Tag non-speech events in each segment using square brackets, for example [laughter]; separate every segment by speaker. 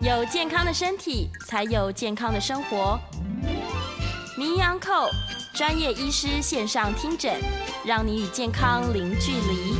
Speaker 1: 有健康的身体，才有健康的生活。名扬寇专业医师线上听诊，让你与健康零距离。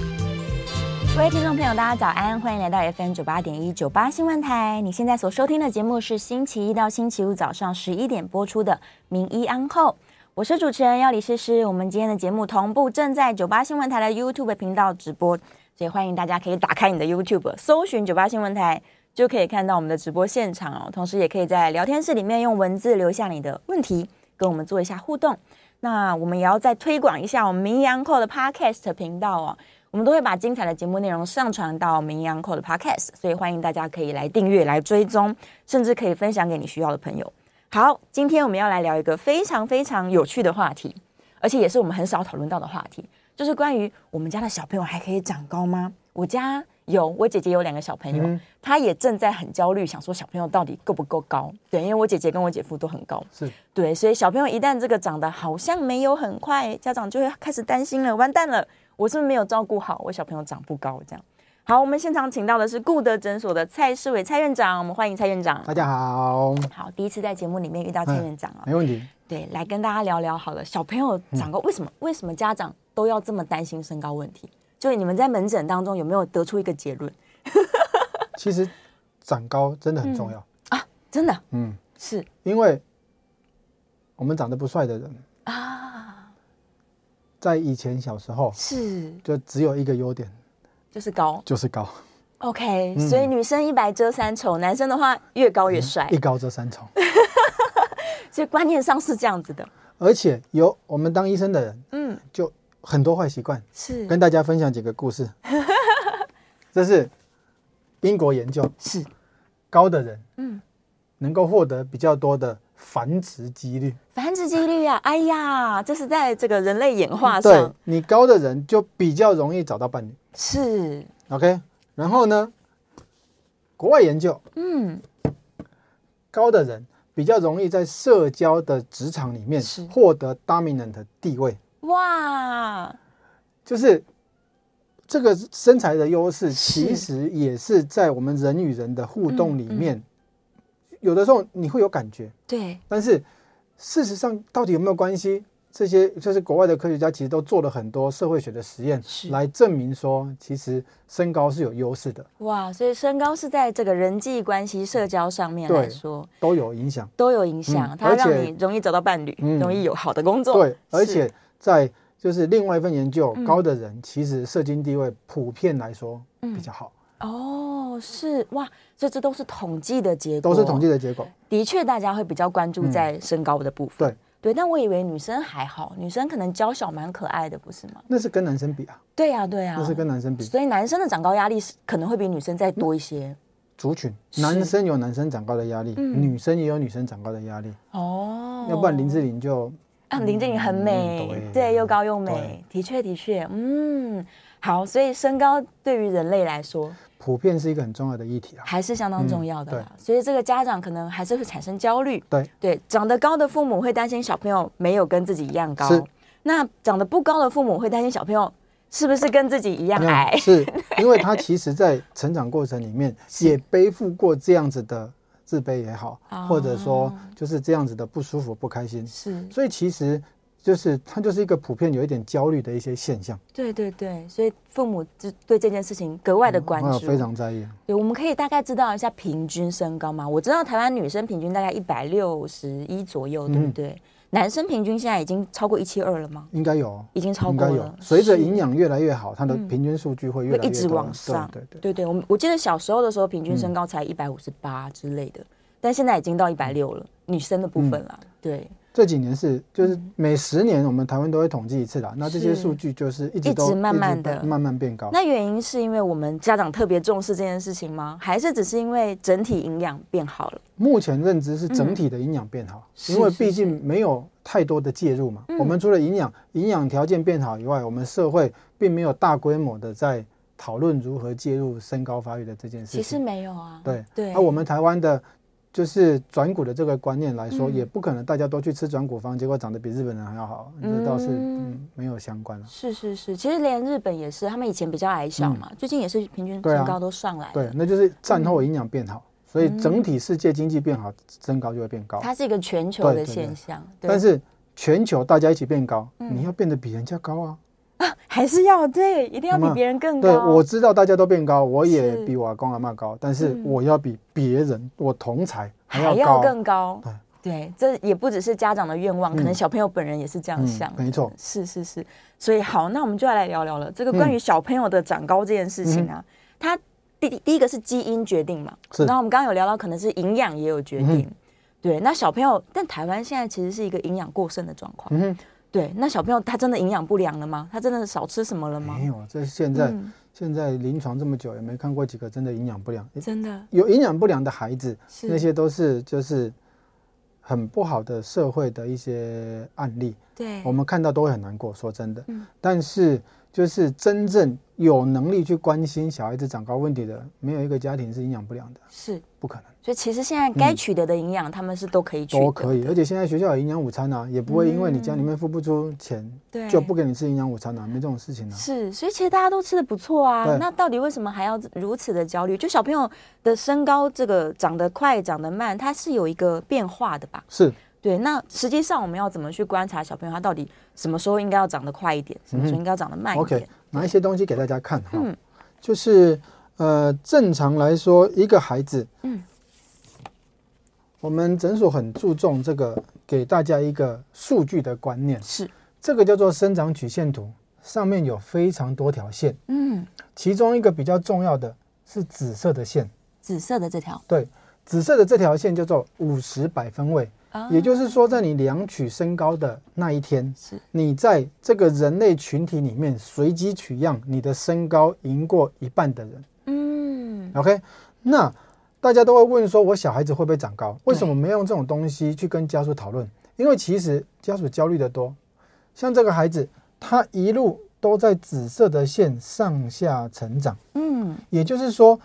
Speaker 2: 各位听众朋友，大家早安，欢迎来到 FM 九八点一九八新闻台。你现在所收听的节目是星期一到星期五早上十一点播出的《名医安后》，我是主持人要李诗诗。我们今天的节目同步正在九八新闻台的 YouTube 频道直播，所以欢迎大家可以打开你的 YouTube，搜寻九八新闻台。就可以看到我们的直播现场哦。同时，也可以在聊天室里面用文字留下你的问题，跟我们做一下互动。那我们也要再推广一下我们名扬扣的 Podcast 频道哦。我们都会把精彩的节目内容上传到名扬扣的 Podcast，所以欢迎大家可以来订阅、来追踪，甚至可以分享给你需要的朋友。好，今天我们要来聊一个非常非常有趣的话题，而且也是我们很少讨论到的话题，就是关于我们家的小朋友还可以长高吗？我家。有，我姐姐有两个小朋友，她、也正在很焦虑，想说小朋友到底够不够高？对，因为我姐姐跟我姐夫都很高，
Speaker 3: 是
Speaker 2: 对，所以小朋友一旦这个长得好像没有很快，家长就会开始担心了，完蛋了，我是不是没有照顾好我小朋友长不高？这样。好，我们现场请到的是顾德诊所的蔡世伟蔡院长，我们欢迎蔡院长
Speaker 3: 大。家好，
Speaker 2: 好，第一次在节目里面遇
Speaker 3: 哎
Speaker 2: 到蔡院长啊、
Speaker 3: 没问题。
Speaker 2: 对，来跟大家聊聊好了。小朋友长高，为什么为什么家长都要这么担心身高问题？就是你们在门诊当中有没有得出一个结论？
Speaker 3: 其实长高真的很重要，
Speaker 2: 真的
Speaker 3: 嗯，
Speaker 2: 是
Speaker 3: 因为我们长得不帅的人
Speaker 2: 啊，
Speaker 3: 在以前小时候
Speaker 2: 是
Speaker 3: 就只有一个优点，
Speaker 2: 就是高。
Speaker 3: 就是高，
Speaker 2: OK，、
Speaker 3: 嗯
Speaker 2: 所以女生一白遮三丑，男生的话越高越帅，
Speaker 3: 一高遮三丑。
Speaker 2: 所以观念上是这样子的。
Speaker 3: 而且有我们当医生的人
Speaker 2: 嗯，
Speaker 3: 就很多坏习惯，
Speaker 2: 是
Speaker 3: 跟大家分享几个
Speaker 2: [laughs]
Speaker 3: 故事。这是英国研究，
Speaker 2: 是
Speaker 3: 高的人
Speaker 2: 嗯
Speaker 3: 能够获得比较多的繁殖几率。
Speaker 2: 繁殖几率啊！哎呀，这是在这个人类演化
Speaker 3: 对
Speaker 2: 上
Speaker 3: 你高的人就比较容易找到伴侣。
Speaker 2: 是
Speaker 3: OK，然后呢，国外研究，
Speaker 2: 嗯
Speaker 3: 高的人比较容易在社交的职场里面
Speaker 2: 是
Speaker 3: 获得 dominant 的地位，
Speaker 2: 哇
Speaker 3: 就是这个身材的优势，
Speaker 2: 是嗯
Speaker 3: 其实也是在我们人与人的互动里面，有的时候你会有感觉，
Speaker 2: 对
Speaker 3: 但是事实上到底有没有关系？这些就是国外的科学家其实都做了很多社会学的实验
Speaker 2: 是，
Speaker 3: 来证明说，其实身高是有优势的，
Speaker 2: 哇，所以身高是在这个人际关系、社交上面来
Speaker 3: 对
Speaker 2: 说
Speaker 3: 都有影响。
Speaker 2: 都有影响，
Speaker 3: 嗯
Speaker 2: 它
Speaker 3: 而且
Speaker 2: 让你容易找到伴侣，
Speaker 3: 嗯
Speaker 2: 容易有好的工作。
Speaker 3: 对，而
Speaker 2: 是
Speaker 3: 且在就是另外一份研究，
Speaker 2: 嗯
Speaker 3: 高的人其实社经地位普遍来说
Speaker 2: 嗯
Speaker 3: 比较好，
Speaker 2: 哦，是哇，所以这都是统计的结果，
Speaker 3: 都是统计的结果。
Speaker 2: 的确，大家会比较关注在身高的部分。
Speaker 3: 对
Speaker 2: 对，但我以为女生还好，女生可能娇小蛮可爱的，不是吗？
Speaker 3: 那是跟男生比啊，
Speaker 2: 对呀、对呀、
Speaker 3: 那是跟男生比。
Speaker 2: 所以男生的长高压力是可能会比女生再多一些。
Speaker 3: 族群，
Speaker 2: 是
Speaker 3: 男生有男生长高的压力，
Speaker 2: 嗯
Speaker 3: 女生也有女生长高的压力。
Speaker 2: 哦
Speaker 3: 要不然林志玲就
Speaker 2: 啊，林志颖很美，
Speaker 3: 嗯对
Speaker 2: 对，又高又美，的确的确，嗯，好，所以身高对于人类来说
Speaker 3: 普遍是一个很重要的议题啊。
Speaker 2: 还是相当重要的
Speaker 3: 嗯
Speaker 2: 啦。所以这个家长可能还是会产生焦虑，
Speaker 3: 对，
Speaker 2: 对，长得高的父母会担心小朋友没有跟自己一样高
Speaker 3: 是，
Speaker 2: 那长得不高的父母会担心小朋友是不是跟自己一样
Speaker 3: 那
Speaker 2: 矮？
Speaker 3: 是因为他其实，在成长过程里
Speaker 2: [laughs]
Speaker 3: 面也背负过这样子的自卑也好，或者说就是这样子的不舒服、不开心。
Speaker 2: 哦 [laughs] 是，
Speaker 3: 所以其实就是它就是一个普遍有一点焦虑的一些现象，
Speaker 2: 对对对，所以父母就对这件事情格外的关
Speaker 3: 我有
Speaker 2: 注。
Speaker 3: 啊嗯非常在意。
Speaker 2: 对，我们可以大概知道一下平均身高吗？我知道台湾女生平均大概一百六十一左右，对不
Speaker 3: 嗯
Speaker 2: 对？男生平均现在已经超过一七二了吗？
Speaker 3: 应该有哦，
Speaker 2: 已经超
Speaker 3: 应
Speaker 2: 过
Speaker 3: 该有
Speaker 2: 了。，
Speaker 3: 随着
Speaker 2: 是
Speaker 3: 营养越来越好，它的
Speaker 2: 嗯
Speaker 3: 平均数据会越
Speaker 2: 会
Speaker 3: 来
Speaker 2: 一
Speaker 3: 越
Speaker 2: 直
Speaker 3: 高
Speaker 2: 往上
Speaker 3: 对对对，嗯
Speaker 2: 对对，我们我记得小时候的时候，平均身
Speaker 3: 嗯
Speaker 2: 高才一百五十八之类的，但现在已经到一百六了，女生的部分啦。对，
Speaker 3: 这几年是就是每十年我们台湾都会统计一次啦。那这些
Speaker 2: 嗯是
Speaker 3: 数据就是一
Speaker 2: 一
Speaker 3: 直都
Speaker 2: 直慢慢地
Speaker 3: 慢慢变高。
Speaker 2: 那原因是因为我们家长特别重视这件事情吗？还是只是因为整体营养变好了？
Speaker 3: 目前认知是整体的营养变好，
Speaker 2: 嗯
Speaker 3: 因为
Speaker 2: 是是嗯
Speaker 3: 毕竟没有太多的介入嘛。我们除了营养营养条件变好以外，我们社会并没有大规模的在讨论如何介入身高发育的这件事情。
Speaker 2: 其实没有啊。
Speaker 3: 对
Speaker 2: 对
Speaker 3: 而我们台湾的，就是转骨的这个观念来说，
Speaker 2: 嗯
Speaker 3: 也不可能大家都去吃转骨方，结果长得比日本人还要好，这倒是
Speaker 2: 嗯
Speaker 3: 嗯没有相关了。
Speaker 2: 是是是，其实连日本也是，他们以前比较矮小嘛，最近也是平均
Speaker 3: 嗯对啊
Speaker 2: 身高都上来了。
Speaker 3: 对，那就是战后营养变好，所
Speaker 2: 嗯
Speaker 3: 以整体世界经济变好，身高就会变高。
Speaker 2: 它是一个全球的
Speaker 3: 对对对
Speaker 2: 现象，对嗯
Speaker 3: 但是全球大家一起变高，你要变得比人家高啊！
Speaker 2: 还是要对，一定要
Speaker 3: 有没
Speaker 2: 比
Speaker 3: 有
Speaker 2: 别人更高。
Speaker 3: 对，我知道大家都变高，我也
Speaker 2: 是
Speaker 3: 比我阿公阿妈高，但是
Speaker 2: 嗯
Speaker 3: 我要比别人，我同才还
Speaker 2: 还
Speaker 3: 要
Speaker 2: 要
Speaker 3: 高。
Speaker 2: 更高
Speaker 3: 对。
Speaker 2: 对，这也不只是家长的愿望，可能
Speaker 3: 嗯
Speaker 2: 小朋友本人也是这样想的。
Speaker 3: 没错，
Speaker 2: 是是是，所以好，那我们就要来聊聊了，这个关
Speaker 3: 嗯
Speaker 2: 于小朋友的长高这件事情啊，它第第第一个是基因决定嘛，
Speaker 3: 是嗯
Speaker 2: 然后我们刚刚有聊到，可能是营养也有决定。对，那小朋友，但台湾现在其实是一个营养过剩的状况。
Speaker 3: 嗯哼，
Speaker 2: 对，那小朋友他真的营养不良了吗？他真的少吃什么了吗
Speaker 3: 没？有，这现在、
Speaker 2: 嗯
Speaker 3: 现在临床这么久，也没看过几个真的营养不良。
Speaker 2: 真的
Speaker 3: 有营养不良的孩子，
Speaker 2: 是
Speaker 3: 那些都是就是很不好的社会的一些案例，
Speaker 2: 对，
Speaker 3: 我们看到都会很难过。说真的
Speaker 2: 嗯，
Speaker 3: 但是就是真正有能力去关心小孩子长高问题的，没有一个家庭是营养不良的，
Speaker 2: 是，
Speaker 3: 不可能。
Speaker 2: 所以其实现在该取得的营养，他们是都可以取得，
Speaker 3: 嗯都可以，而且现在学校有营养午餐啊，也不会因为你家里面付不出钱，
Speaker 2: 对
Speaker 3: 就不给你吃营养午餐啊，没这种事情啊。
Speaker 2: 是，所以其实大家都吃的不错啊。
Speaker 3: 对
Speaker 2: 那到底为什么还要如此的焦虑？就小朋友的身高，这个长得快、长得慢，它是有一个变化的吧？
Speaker 3: 是，
Speaker 2: 对，那实际上我们要怎么去观察小朋友他到底什么时候应该要长得快一点，什么时候
Speaker 3: 嗯哼
Speaker 2: 应该要长得慢一
Speaker 3: OK，
Speaker 2: 点？
Speaker 3: 拿一些东西给大家看哈，
Speaker 2: 嗯
Speaker 3: 就是呃，正常来说，一个孩子，
Speaker 2: 嗯，
Speaker 3: 我们诊所很注重这个，给大家一个数据的观念，
Speaker 2: 是，
Speaker 3: 这个叫做生长曲线图，上面有非常多条线，
Speaker 2: 嗯，
Speaker 3: 其中一个比较重要的是紫色的线，
Speaker 2: 紫色的这条，
Speaker 3: 对，紫色的这条线叫做五十百分位，
Speaker 2: 啊
Speaker 3: 也就是说，在你量取身高的那一天，
Speaker 2: 是
Speaker 3: 你在这个人类群体里面随机取样，你的身高赢过一半的人。
Speaker 2: 嗯，
Speaker 3: OK，那大家都会问说，我小孩子会不会长高？为什么没用这种东西去跟家属讨论？因为其实家属焦虑的多。像这个孩子，他一路都在紫色的线上下成长，
Speaker 2: 嗯，
Speaker 3: 也就是说，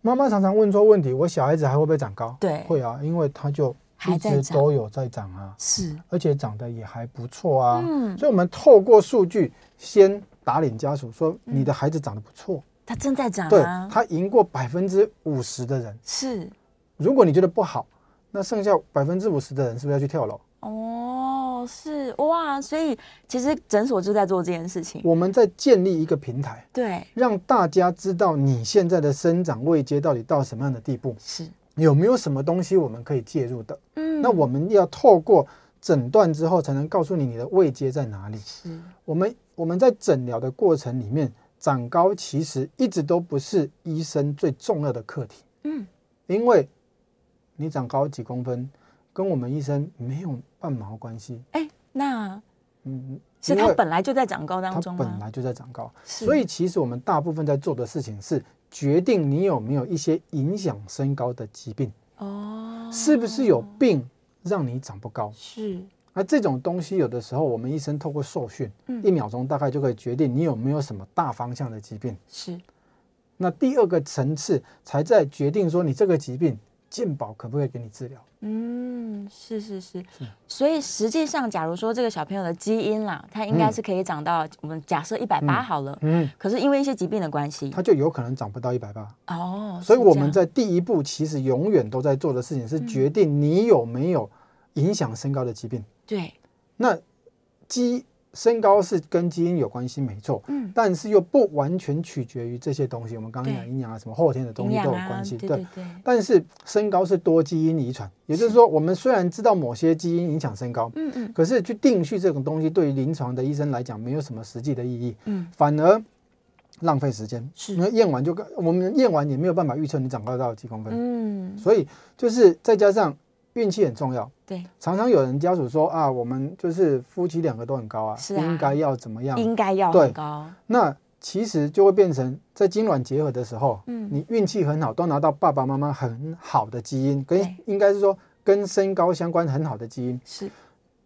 Speaker 3: 妈妈常常问说问题，我小孩子还会不会长高？
Speaker 2: 对
Speaker 3: 会啊，因为他就
Speaker 2: 还
Speaker 3: 一
Speaker 2: 在
Speaker 3: 直
Speaker 2: 长
Speaker 3: 都有在长啊。
Speaker 2: 是，
Speaker 3: 而且长得也还不错啊。
Speaker 2: 嗯
Speaker 3: 所以我们透过数据先打脸家属，说你的孩子长得不错，
Speaker 2: 他正在长
Speaker 3: 对
Speaker 2: 啊，
Speaker 3: 他赢过百分之五十的人。
Speaker 2: 是，
Speaker 3: 如果你觉得不好，那剩下百分之五十的人是不是要去跳楼？
Speaker 2: 哦，是哇，所以其实诊所就在做这件事情，
Speaker 3: 我们在建立一个平台，
Speaker 2: 对，
Speaker 3: 让大家知道你现在的生长位阶到底到什么样的地步，
Speaker 2: 是，
Speaker 3: 有没有什么东西我们可以介入的？
Speaker 2: 嗯，
Speaker 3: 那我们要透过诊断之后，才能告诉你你的位阶在哪里。
Speaker 2: 是。
Speaker 3: 我们我们在诊疗的过程里面，长高其实一直都不是医生最重要的课题。
Speaker 2: 嗯，
Speaker 3: 因为你长高几公分，跟我们医生没有半毛关系。
Speaker 2: 哎，那
Speaker 3: 嗯，
Speaker 2: 是
Speaker 3: 因
Speaker 2: 他
Speaker 3: 为
Speaker 2: 本来就在长高当
Speaker 3: 他
Speaker 2: 中
Speaker 3: 本
Speaker 2: 吗？
Speaker 3: 来就在长高，
Speaker 2: 是
Speaker 3: 所以其实我们大部分在做的事情是决定你有没有一些影响身高的疾病，
Speaker 2: 哦，
Speaker 3: 是不是有病让你长不高。
Speaker 2: 是
Speaker 3: 那这种东西有的时候，我们医生透过受训，
Speaker 2: 嗯
Speaker 3: 一秒钟大概就可以决定你有没有什么大方向的疾病。
Speaker 2: 是
Speaker 3: 那第二个层次才在决定说你这个疾病健保可不可以给你治疗。
Speaker 2: 嗯是是是，所以实际上，假如说这个小朋友的基因啦，他应该
Speaker 3: 嗯
Speaker 2: 是可以长到我们假设一百八好了，
Speaker 3: 嗯，
Speaker 2: 可是因为一些疾病的关系，
Speaker 3: 它就有可能长不到一百八。
Speaker 2: 哦，
Speaker 3: 所以
Speaker 2: 是这
Speaker 3: 我们
Speaker 2: 样嗯
Speaker 3: 在第一步其实永远都在做的事情是决定你有没有影响身高的疾病。
Speaker 2: 对
Speaker 3: 那基身高是跟基因有关系，没错，
Speaker 2: 嗯
Speaker 3: 但是又不完全取决于这些东西。我们刚刚讲
Speaker 2: 对
Speaker 3: 营养啊，什么后天的东
Speaker 2: 营
Speaker 3: 西
Speaker 2: 养
Speaker 3: 都有
Speaker 2: 啊
Speaker 3: 关系，
Speaker 2: 对对对，
Speaker 3: 但是身高是多基因遗传，也就是说，我们虽然知道某些基因影响身高，
Speaker 2: 嗯嗯
Speaker 3: 可是去定序这种东西，对于临床的医生来讲，没有什么实际的意义，
Speaker 2: 嗯
Speaker 3: 反而浪费时间。
Speaker 2: 是
Speaker 3: 因为验完就跟我们验完也没有办法预测你长高到几公分，
Speaker 2: 嗯
Speaker 3: 所以就是再加上运气很重要。
Speaker 2: 对，
Speaker 3: 常常有人家属说啊，我们就是夫妻两个都很高啊，
Speaker 2: 是啊
Speaker 3: 应该要怎么样？
Speaker 2: 应该要
Speaker 3: 对
Speaker 2: 很高，
Speaker 3: 那其实就会变成在精卵结合的时候，
Speaker 2: 嗯
Speaker 3: 你运气很好，都拿到爸爸妈妈很好的基因，跟
Speaker 2: 对
Speaker 3: 应该是说跟身高相关很好的基因，
Speaker 2: 是，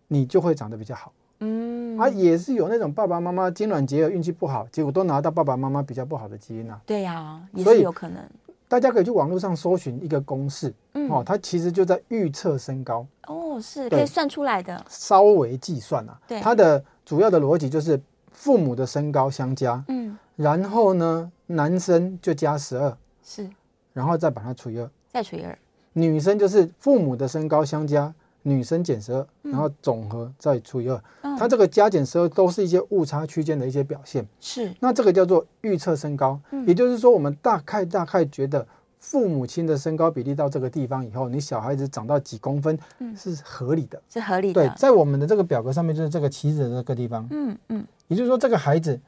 Speaker 3: 你就会长得比较好。
Speaker 2: 嗯，
Speaker 3: 啊，也是有那种爸爸妈妈精卵结合运气不好，结果都拿到爸爸妈妈比较不好的基因啊。
Speaker 2: 对呀，也
Speaker 3: 所
Speaker 2: 是
Speaker 3: 以
Speaker 2: 有可能，
Speaker 3: 大家可以去网络上搜寻一个公式，
Speaker 2: 嗯，
Speaker 3: 哦，它其实就在预测身高，
Speaker 2: 哦，是
Speaker 3: 对
Speaker 2: 可以算出来的，
Speaker 3: 稍微计算啊
Speaker 2: 对。
Speaker 3: 它的主要的逻辑就是父母的身高相加，
Speaker 2: 嗯，
Speaker 3: 然后呢，男生就加十二，
Speaker 2: 是，
Speaker 3: 然后再把它除以二。
Speaker 2: 再除以二，
Speaker 3: 女生就是父母的身高相加，女生减十二，然后总和再除以二。
Speaker 2: 嗯，
Speaker 3: 它这个加减十二都是一些误差区间的一些表现。
Speaker 2: 是，
Speaker 3: 那这个叫做预测身高，
Speaker 2: 嗯
Speaker 3: 也就是说，我们大概大概觉得父母亲的身高比例到这个地方以后，你小孩子长到几公分是合理的。
Speaker 2: 嗯是合理
Speaker 3: 对，
Speaker 2: 的，
Speaker 3: 在我们的这个表格上面就是这个旗子的这个地方，
Speaker 2: 嗯嗯，
Speaker 3: 也就是说，这个孩子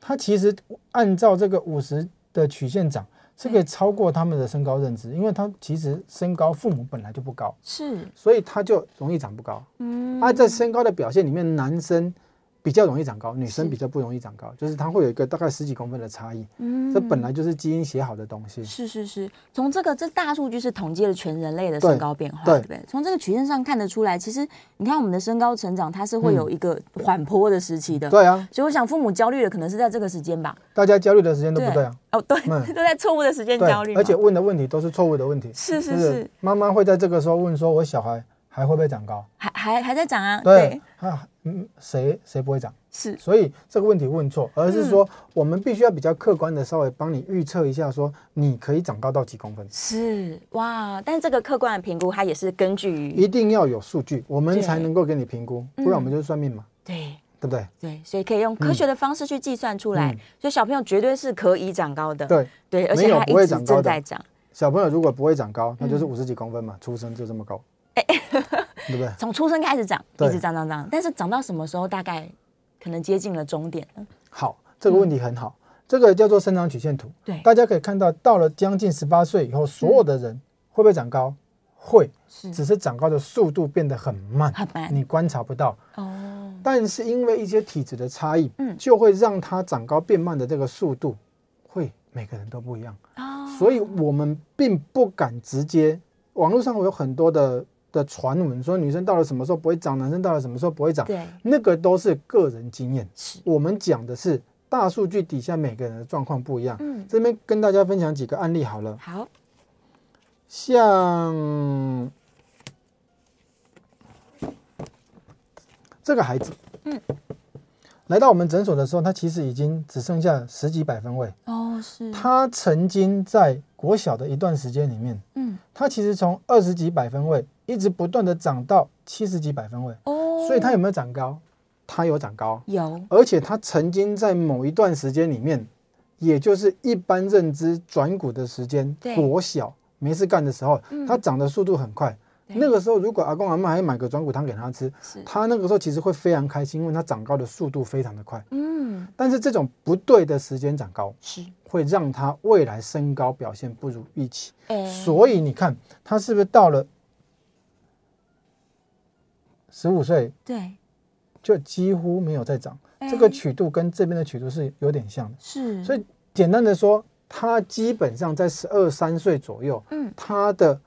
Speaker 3: 他其实按照这个五十的曲线长。
Speaker 2: 嗯
Speaker 3: 是可以超过他们的身高认知，因为他其实身高父母本来就不高，
Speaker 2: 是，
Speaker 3: 所以他就容易长不高。
Speaker 2: 嗯，
Speaker 3: 啊，在身高的表现里面，男生比较容易长高，女生比较不容易长高，就是它会有一个大概十几公分的差异。
Speaker 2: 嗯
Speaker 3: 这本来就是基因写好的东西。
Speaker 2: 是是是，从这个这大数据是统计了全人类的
Speaker 3: 对
Speaker 2: 身高变化，
Speaker 3: 对
Speaker 2: 对不对？从这个曲线上看得出来，其实你看我们的身高成长，它是会有一个缓坡的时期的。
Speaker 3: 嗯对啊，
Speaker 2: 所以我想，父母焦虑的可能是在这个时间吧？
Speaker 3: 大家焦虑的时间都不对啊。
Speaker 2: 哦，对，
Speaker 3: 嗯
Speaker 2: [laughs] 都在错误的时间
Speaker 3: 对
Speaker 2: 焦虑，嘛。
Speaker 3: 而且问的问题都是错误的问题。
Speaker 2: 是是，
Speaker 3: 就是妈妈会在这个时候问说：“我小孩还会不会长高
Speaker 2: 还还还在涨啊？”，
Speaker 3: 啊，嗯，谁谁不会长？
Speaker 2: 是
Speaker 3: 所以这个问题问错，而是
Speaker 2: 嗯
Speaker 3: 说我们必须要比较客观的稍微帮你预测一下，说你可以长高到几公分。
Speaker 2: 是哇，但这个客观的评估，它也是根据于
Speaker 3: 一定要有数据，我们
Speaker 2: 对嗯
Speaker 3: 才能够给你评估，不然我们就是算命嘛，
Speaker 2: 对。
Speaker 3: 对不对？
Speaker 2: 对，所以可以用科学的方式去计算出来，
Speaker 3: 嗯
Speaker 2: 所以小朋友绝对是可以长高的。
Speaker 3: 对，
Speaker 2: 对，而
Speaker 3: 没
Speaker 2: 且
Speaker 3: 有
Speaker 2: 他
Speaker 3: 不会
Speaker 2: 一直
Speaker 3: 长高
Speaker 2: 正
Speaker 3: 的
Speaker 2: 在长，
Speaker 3: 小朋友如果不会长
Speaker 2: 嗯
Speaker 3: 高，那就是五十几公分嘛，出生就
Speaker 2: [laughs]
Speaker 3: 这么高，对不对？
Speaker 2: 从出生开始长，
Speaker 3: 对
Speaker 2: 一直长长长，但是长到什么时候大概可能接近了终点呢？
Speaker 3: 好，这个问题很
Speaker 2: 嗯
Speaker 3: 好，这个叫做生长曲线图。
Speaker 2: 对
Speaker 3: 大家可以看到，到了将近十八岁以后，所有的人会不会长高？会，只是长高的速度变得很慢，
Speaker 2: 嗯很慢
Speaker 3: 你观察不到。
Speaker 2: 哦，
Speaker 3: 但是因为一些体质的差异，
Speaker 2: 嗯
Speaker 3: 就会让它长高变慢的这个速度，会每个人都不一样。
Speaker 2: 哦
Speaker 3: 所以我们并不敢直接，网络上有很多的的传闻说女生到了什么时候不会长，男生到了什么时候不会长，
Speaker 2: 对，
Speaker 3: 那个都是个人经验。
Speaker 2: 是
Speaker 3: 我们讲的是大数据底下每个人的状况不一样。
Speaker 2: 嗯
Speaker 3: 这边跟大家分享几个案例好了，
Speaker 2: 好，
Speaker 3: 像这个孩子，
Speaker 2: 嗯，
Speaker 3: 来到我们诊所的时候，他其实已经只剩下十几百分位。
Speaker 2: 哦是，
Speaker 3: 他曾经在国小的一段时间里面，
Speaker 2: 嗯
Speaker 3: 他其实从二十几百分位一直不断的涨到七十几百分位，
Speaker 2: 哦，
Speaker 3: 所以他有没有长高？他有长高，
Speaker 2: 有
Speaker 3: 而且他曾经在某一段时间里面，也就是一般认知转股的时间
Speaker 2: 对，嗯
Speaker 3: 国小没事干的时候，他长的速度很快。
Speaker 2: 对嗯
Speaker 3: 那个时候，如果阿公阿妈还买个转骨汤给他吃，
Speaker 2: 是，
Speaker 3: 他那个时候其实会非常开心，因为他长高的速度非常的快。
Speaker 2: 嗯
Speaker 3: 但是这种不对的时间长高，
Speaker 2: 是，
Speaker 3: 会让他未来身高表现不如预期。
Speaker 2: 哎
Speaker 3: 所以你看，他是不是到了十五岁
Speaker 2: 对
Speaker 3: 就几乎没有再长？
Speaker 2: 哎
Speaker 3: 这个曲度跟这边的曲度是有点像的。
Speaker 2: 是，
Speaker 3: 所
Speaker 2: 以
Speaker 3: 以简单的说，他基本上在十二三岁左右，
Speaker 2: 嗯
Speaker 3: 他的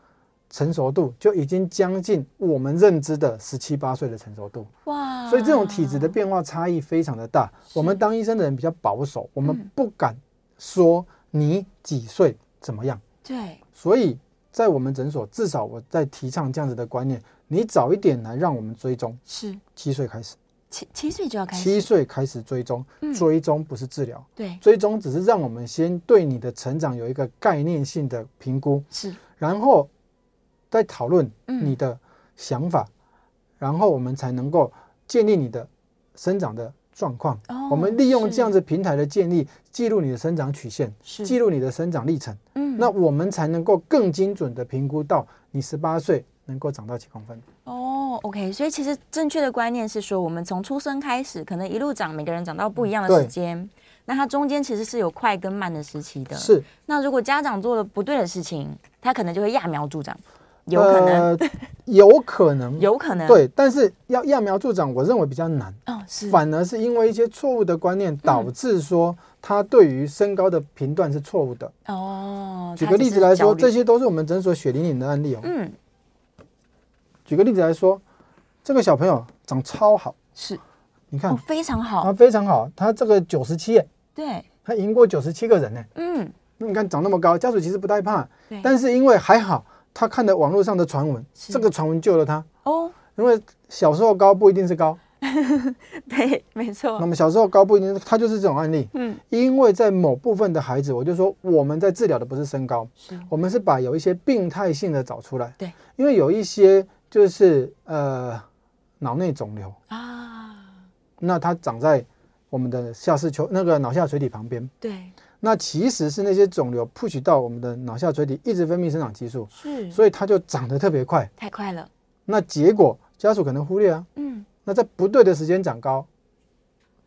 Speaker 3: 成熟度就已经将近我们认知的十七八岁的成熟度。
Speaker 2: 哇，
Speaker 3: 所以这种体
Speaker 2: 啊
Speaker 3: 质的变化差异非常的大。我们当医生的人比较保
Speaker 2: 嗯
Speaker 3: 守，我们不敢说你几岁怎么样。
Speaker 2: 对
Speaker 3: 所以在我们诊所，至少我在提倡这样子的观念：你早一点来让我们追踪，
Speaker 2: 是
Speaker 3: 七岁开始，
Speaker 2: 七七岁就要开
Speaker 3: 七
Speaker 2: 始，嗯
Speaker 3: 岁开始追踪，追踪不是治疗。
Speaker 2: 对
Speaker 3: 追踪只是让我们先对你的成长有一个概念性的评估，
Speaker 2: 是
Speaker 3: 然后再讨论
Speaker 2: 嗯
Speaker 3: 你的想法，然后我们才能够建立你的生长的状况。
Speaker 2: 哦
Speaker 3: 我们利用
Speaker 2: 是
Speaker 3: 这样子平台的建立，记录你的生长曲线，
Speaker 2: 是
Speaker 3: 记录你的生长历程，
Speaker 2: 嗯
Speaker 3: 那我们才能够更精准的评估到你十八岁能够长到几公分。
Speaker 2: 哦，OK，所以其实正确的观念是说，我们从出生开始，可能一路长，每个人长到不一样的
Speaker 3: 嗯对
Speaker 2: 时间，那它中间其实是有快跟慢的时期的。
Speaker 3: 是，
Speaker 2: 那如果家长做了不对的事情，他可能就会揠苗助长。有可能， [laughs]
Speaker 3: 呃、有可能，
Speaker 2: 有可能，
Speaker 3: 对，但是要揠苗助长，我认为比较难。
Speaker 2: 哦，是，
Speaker 3: 反而是因为一些错误的观念，导致说他对于身高的评断是错误的。
Speaker 2: 哦，
Speaker 3: 举
Speaker 2: 他
Speaker 3: 个
Speaker 2: 只
Speaker 3: 例子
Speaker 2: 是
Speaker 3: 来
Speaker 2: 焦
Speaker 3: 说，
Speaker 2: 虑
Speaker 3: 这，些都是我们诊所血淋淋的案例哦。
Speaker 2: 嗯，
Speaker 3: 举个例子来说，这个小朋友长超好，
Speaker 2: 是，
Speaker 3: 你看
Speaker 2: 哦，非常好
Speaker 3: 他，非常好，他这个九十七，
Speaker 2: 对，
Speaker 3: 他赢过九十七个人呢。
Speaker 2: 嗯，
Speaker 3: 那你看长那么高，家属其实不太怕
Speaker 2: 对，
Speaker 3: 但是因为还好，他看的网络上的传闻，
Speaker 2: 是
Speaker 3: 这个传闻救了他。
Speaker 2: 哦，
Speaker 3: 因为小时候高不一定是高，
Speaker 2: 对，没
Speaker 3: 那
Speaker 2: 错，
Speaker 3: 么小时候高不一定是，他就是这种案例。
Speaker 2: 哦嗯，
Speaker 3: 因为在某部分的孩子，我就说我们在治疗的不是身高，
Speaker 2: 是，
Speaker 3: 我们是把有一些病态性的找出来。
Speaker 2: 对，
Speaker 3: 因为有一些就是呃脑内肿瘤，
Speaker 2: 啊，
Speaker 3: 那它长在我们的下视丘那个脑下垂体旁边，
Speaker 2: 对，
Speaker 3: 那其实是那些肿瘤 push 到我们的脑下垂体，一直分泌生长激素，
Speaker 2: 是，
Speaker 3: 所以它就长得特别快。
Speaker 2: 太快了，
Speaker 3: 那结果家属可能忽略啊，
Speaker 2: 嗯，
Speaker 3: 那在不对的时间长高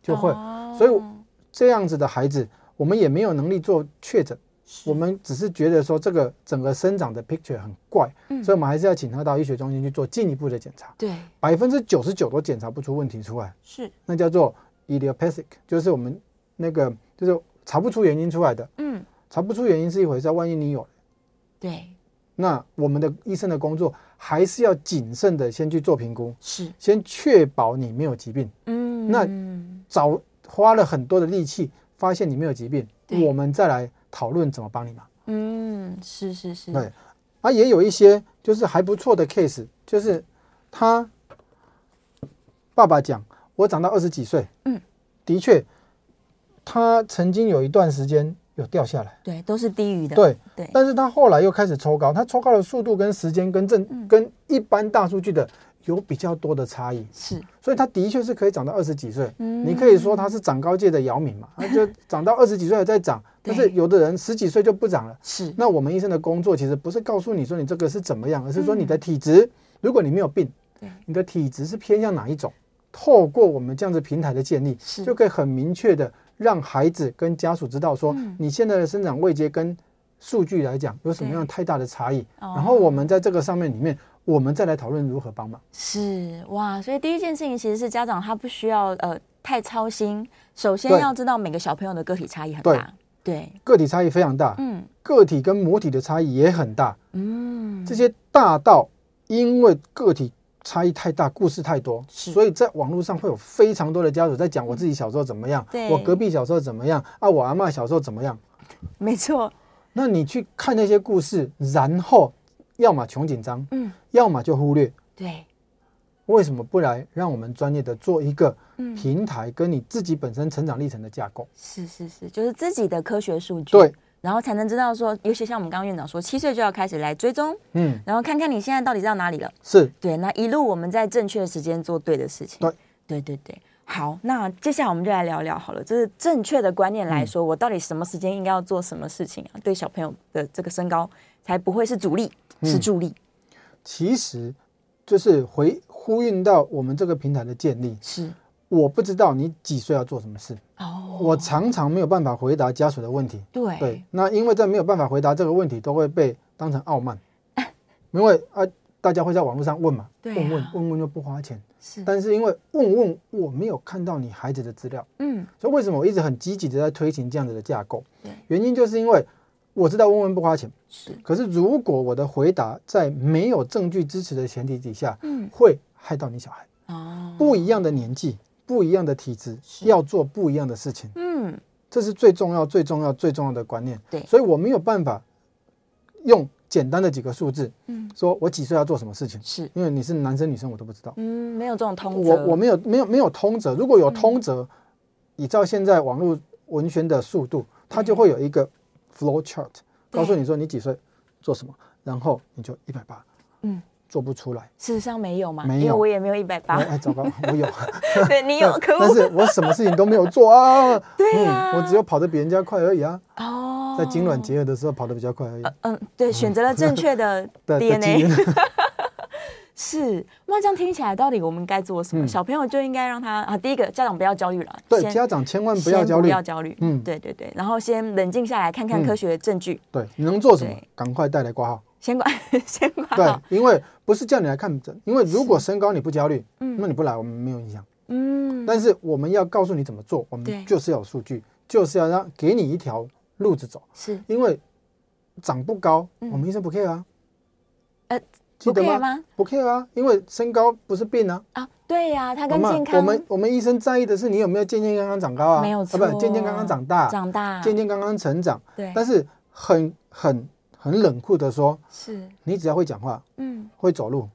Speaker 3: 就会。
Speaker 2: 哦
Speaker 3: 所以我这样子的孩子，我们也没有能力做确诊，我们只是觉得说这个整个生长的 picture 很怪，
Speaker 2: 嗯
Speaker 3: 所以我们还是要请他到医学中心去做进一步的检查，
Speaker 2: 对，
Speaker 3: 百分之九十九都检查不出问题出来，
Speaker 2: 是，
Speaker 3: 那叫做 idiopathic，就是我们那个就是查不出原因出来的，
Speaker 2: 嗯，
Speaker 3: 查不出原因是一回事，万一你有，
Speaker 2: 对，
Speaker 3: 那我们的医生的工作还是要谨慎的先去做评估，
Speaker 2: 是，
Speaker 3: 先确保你没有疾病。
Speaker 2: 嗯，
Speaker 3: 那早花了很多的力气，发现你没有疾病，
Speaker 2: 对
Speaker 3: 我们再来讨论怎么帮你嘛。
Speaker 2: 嗯，是是是，
Speaker 3: 对，啊，也有一些就是还不错的 case，就是他爸爸讲，我长到二十几岁，
Speaker 2: 嗯，
Speaker 3: 的确，他曾经有一段时间有掉下来，
Speaker 2: 对，都是低于的，
Speaker 3: 对，
Speaker 2: 对，
Speaker 3: 但是他后来又开始抽高，他抽高的速度跟时间跟正、
Speaker 2: 嗯
Speaker 3: 跟一般大数据的有比较多的差异，
Speaker 2: 是，
Speaker 3: 所以他的确是可以长到二十几岁。
Speaker 2: 嗯
Speaker 3: 你可以说他是长高界的姚明嘛，他就长到二十几岁还在长，但是
Speaker 2: [laughs] 对
Speaker 3: 有的人十几岁就不长了。
Speaker 2: 是，
Speaker 3: 那我们医生的工作其实不是告诉你说你这个是怎么样，而是说你的体质，如果你没有病
Speaker 2: 嗯对，
Speaker 3: 你的体质是偏向哪一种，透过我们这样子平台的建立，
Speaker 2: 是
Speaker 3: 就可以很明确的让孩子跟家属知道说
Speaker 2: 嗯
Speaker 3: 你现在的生长位阶跟数据来讲有什么样太大的差异，
Speaker 2: 哦
Speaker 3: 然后我们在这个上面里面，我们再来讨论如何帮忙。
Speaker 2: 是哇，所以第一件事情其实是家长他不需要呃太操心，首先
Speaker 3: 对
Speaker 2: 要知道每个小朋友的个体差异很
Speaker 3: 对
Speaker 2: 大，对，
Speaker 3: 个体差异非常大，
Speaker 2: 嗯
Speaker 3: 个体跟母体的差异也很大，
Speaker 2: 嗯，
Speaker 3: 这些大到因为个体差异太大，故事太多，
Speaker 2: 是
Speaker 3: 所以在网络上会有非常多的家属在讲我自己小时候怎么样，
Speaker 2: 对
Speaker 3: 我隔壁小时候怎么样，啊，我阿嬷小时候怎么样。
Speaker 2: 没错，
Speaker 3: 那你去看那些故事，然后要么穷紧张，
Speaker 2: 嗯，
Speaker 3: 要么就忽略。
Speaker 2: 对，
Speaker 3: 为什么不来让我们专业的做一个
Speaker 2: 嗯
Speaker 3: 平台，跟你自己本身成长历程的架构？
Speaker 2: 是是是，就是自己的科学数据，
Speaker 3: 对，
Speaker 2: 然后才能知道说，尤其像我们刚刚院长说，七岁就要开始来追踪，
Speaker 3: 嗯，
Speaker 2: 然后看看你现在到底到哪里了。
Speaker 3: 是
Speaker 2: 对，那一路我们在正确的时间做对的事情。
Speaker 3: 对，
Speaker 2: 对对对。好，那接下来我们就来聊聊好了，就是正确的观念
Speaker 3: 嗯
Speaker 2: 来说，我到底什么时间应该要做什么事情啊？对小朋友的这个身高才不会是阻力，
Speaker 3: 嗯
Speaker 2: 是助力。
Speaker 3: 其实就是回呼应到我们这个平台的建立。
Speaker 2: 是
Speaker 3: 我不知道你几岁要做什么事，
Speaker 2: 哦，
Speaker 3: 我常常没有办法回答家属的问题。
Speaker 2: 对
Speaker 3: 对，那因为在没有办法回答这个问题，都会被当成傲慢，因为啊，大家会在网络上问嘛，
Speaker 2: 对啊嗯
Speaker 3: 问问问问又不花钱，
Speaker 2: 是
Speaker 3: 但是因为问问我没有看到你孩子的资料，
Speaker 2: 嗯
Speaker 3: 所以为什么我一直很积极的在推行这样子的架构
Speaker 2: 对？
Speaker 3: 原因就是因为我知道问问不花钱，
Speaker 2: 是
Speaker 3: 可是如果我的回答在没有证据支持的前提底下，
Speaker 2: 嗯
Speaker 3: 会害到你小孩。
Speaker 2: 哦
Speaker 3: 不一样的年纪，不一样的体质，
Speaker 2: 是
Speaker 3: 要做不一样的事情。
Speaker 2: 嗯
Speaker 3: 这是最重要、最重要、最重要的观念。
Speaker 2: 对
Speaker 3: 所以我没有办法用简单的几个数字
Speaker 2: 嗯
Speaker 3: 说我几岁要做什么事情，
Speaker 2: 是
Speaker 3: 因为你是男生女生我都不知道，
Speaker 2: 嗯没有这种通
Speaker 3: 我
Speaker 2: 则嗯
Speaker 3: 我没有没有没有通则，如果有通则，依照现在网络文宣的速度，它就会有一个 flow chart 告诉你说你几岁做什么，然后你就一百八，
Speaker 2: 嗯，
Speaker 3: 做不出来。
Speaker 2: 事实上没有嘛，
Speaker 3: 没
Speaker 2: 因为
Speaker 3: 有
Speaker 2: 我也没有一百八
Speaker 3: 哎，哎，糟糕，我有，
Speaker 2: [laughs] 对你有可
Speaker 3: 但
Speaker 2: 恶
Speaker 3: 是我什么事情都没有做啊。
Speaker 2: 对呀
Speaker 3: 嗯，我只有跑得比人家快而已啊。
Speaker 2: 哦，
Speaker 3: 在精卵结合的时候跑得比较快而已。
Speaker 2: 嗯，对，选择了正确
Speaker 3: [laughs]
Speaker 2: 的
Speaker 3: 的的基
Speaker 2: DNA
Speaker 3: 因
Speaker 2: [laughs]
Speaker 3: [laughs]
Speaker 2: 是。那这样听起来，到底我们该做什么？
Speaker 3: 嗯
Speaker 2: 小朋友就应该让他啊，第一个家长不要焦虑了，
Speaker 3: 对
Speaker 2: 先
Speaker 3: 家长千万不
Speaker 2: 先
Speaker 3: 要焦
Speaker 2: 不
Speaker 3: 虑，
Speaker 2: 要焦虑，嗯，
Speaker 3: 嗯
Speaker 2: 对对对，然后先冷静下来，看看
Speaker 3: 嗯
Speaker 2: 科学证据，
Speaker 3: 对，你能做什么
Speaker 2: 对，
Speaker 3: 赶快带来挂号。
Speaker 2: 先管 [laughs] 先管
Speaker 3: 对
Speaker 2: 好，，
Speaker 3: 因为不是叫你来看诊，因为如果身高你不焦虑，那你不来我们没有影响。
Speaker 2: 嗯，
Speaker 3: 但是我们要告诉你怎么做，我
Speaker 2: 对
Speaker 3: 们就是要有数据，就是要让给你一条路子走，
Speaker 2: 是
Speaker 3: 因为长不高，
Speaker 2: 嗯
Speaker 3: 我们医生不 care 啊。
Speaker 2: 呃，
Speaker 3: 记得
Speaker 2: care
Speaker 3: 吗
Speaker 2: 吗？
Speaker 3: 不 care 啊，因为身高不是病啊。
Speaker 2: 啊，对呀，它
Speaker 3: 好
Speaker 2: 跟
Speaker 3: 吗
Speaker 2: 健？
Speaker 3: 我
Speaker 2: 康
Speaker 3: 们我们医生在意的是你有没有健健康康长高啊，
Speaker 2: 没有
Speaker 3: 啊
Speaker 2: 错，
Speaker 3: 不健健康康长大，
Speaker 2: 长大，
Speaker 3: 啊健健康康成长。
Speaker 2: 嗯对，
Speaker 3: 但是很很很冷酷的说，
Speaker 2: 是，
Speaker 3: 你只要会讲话、
Speaker 2: 嗯，
Speaker 3: 会走路，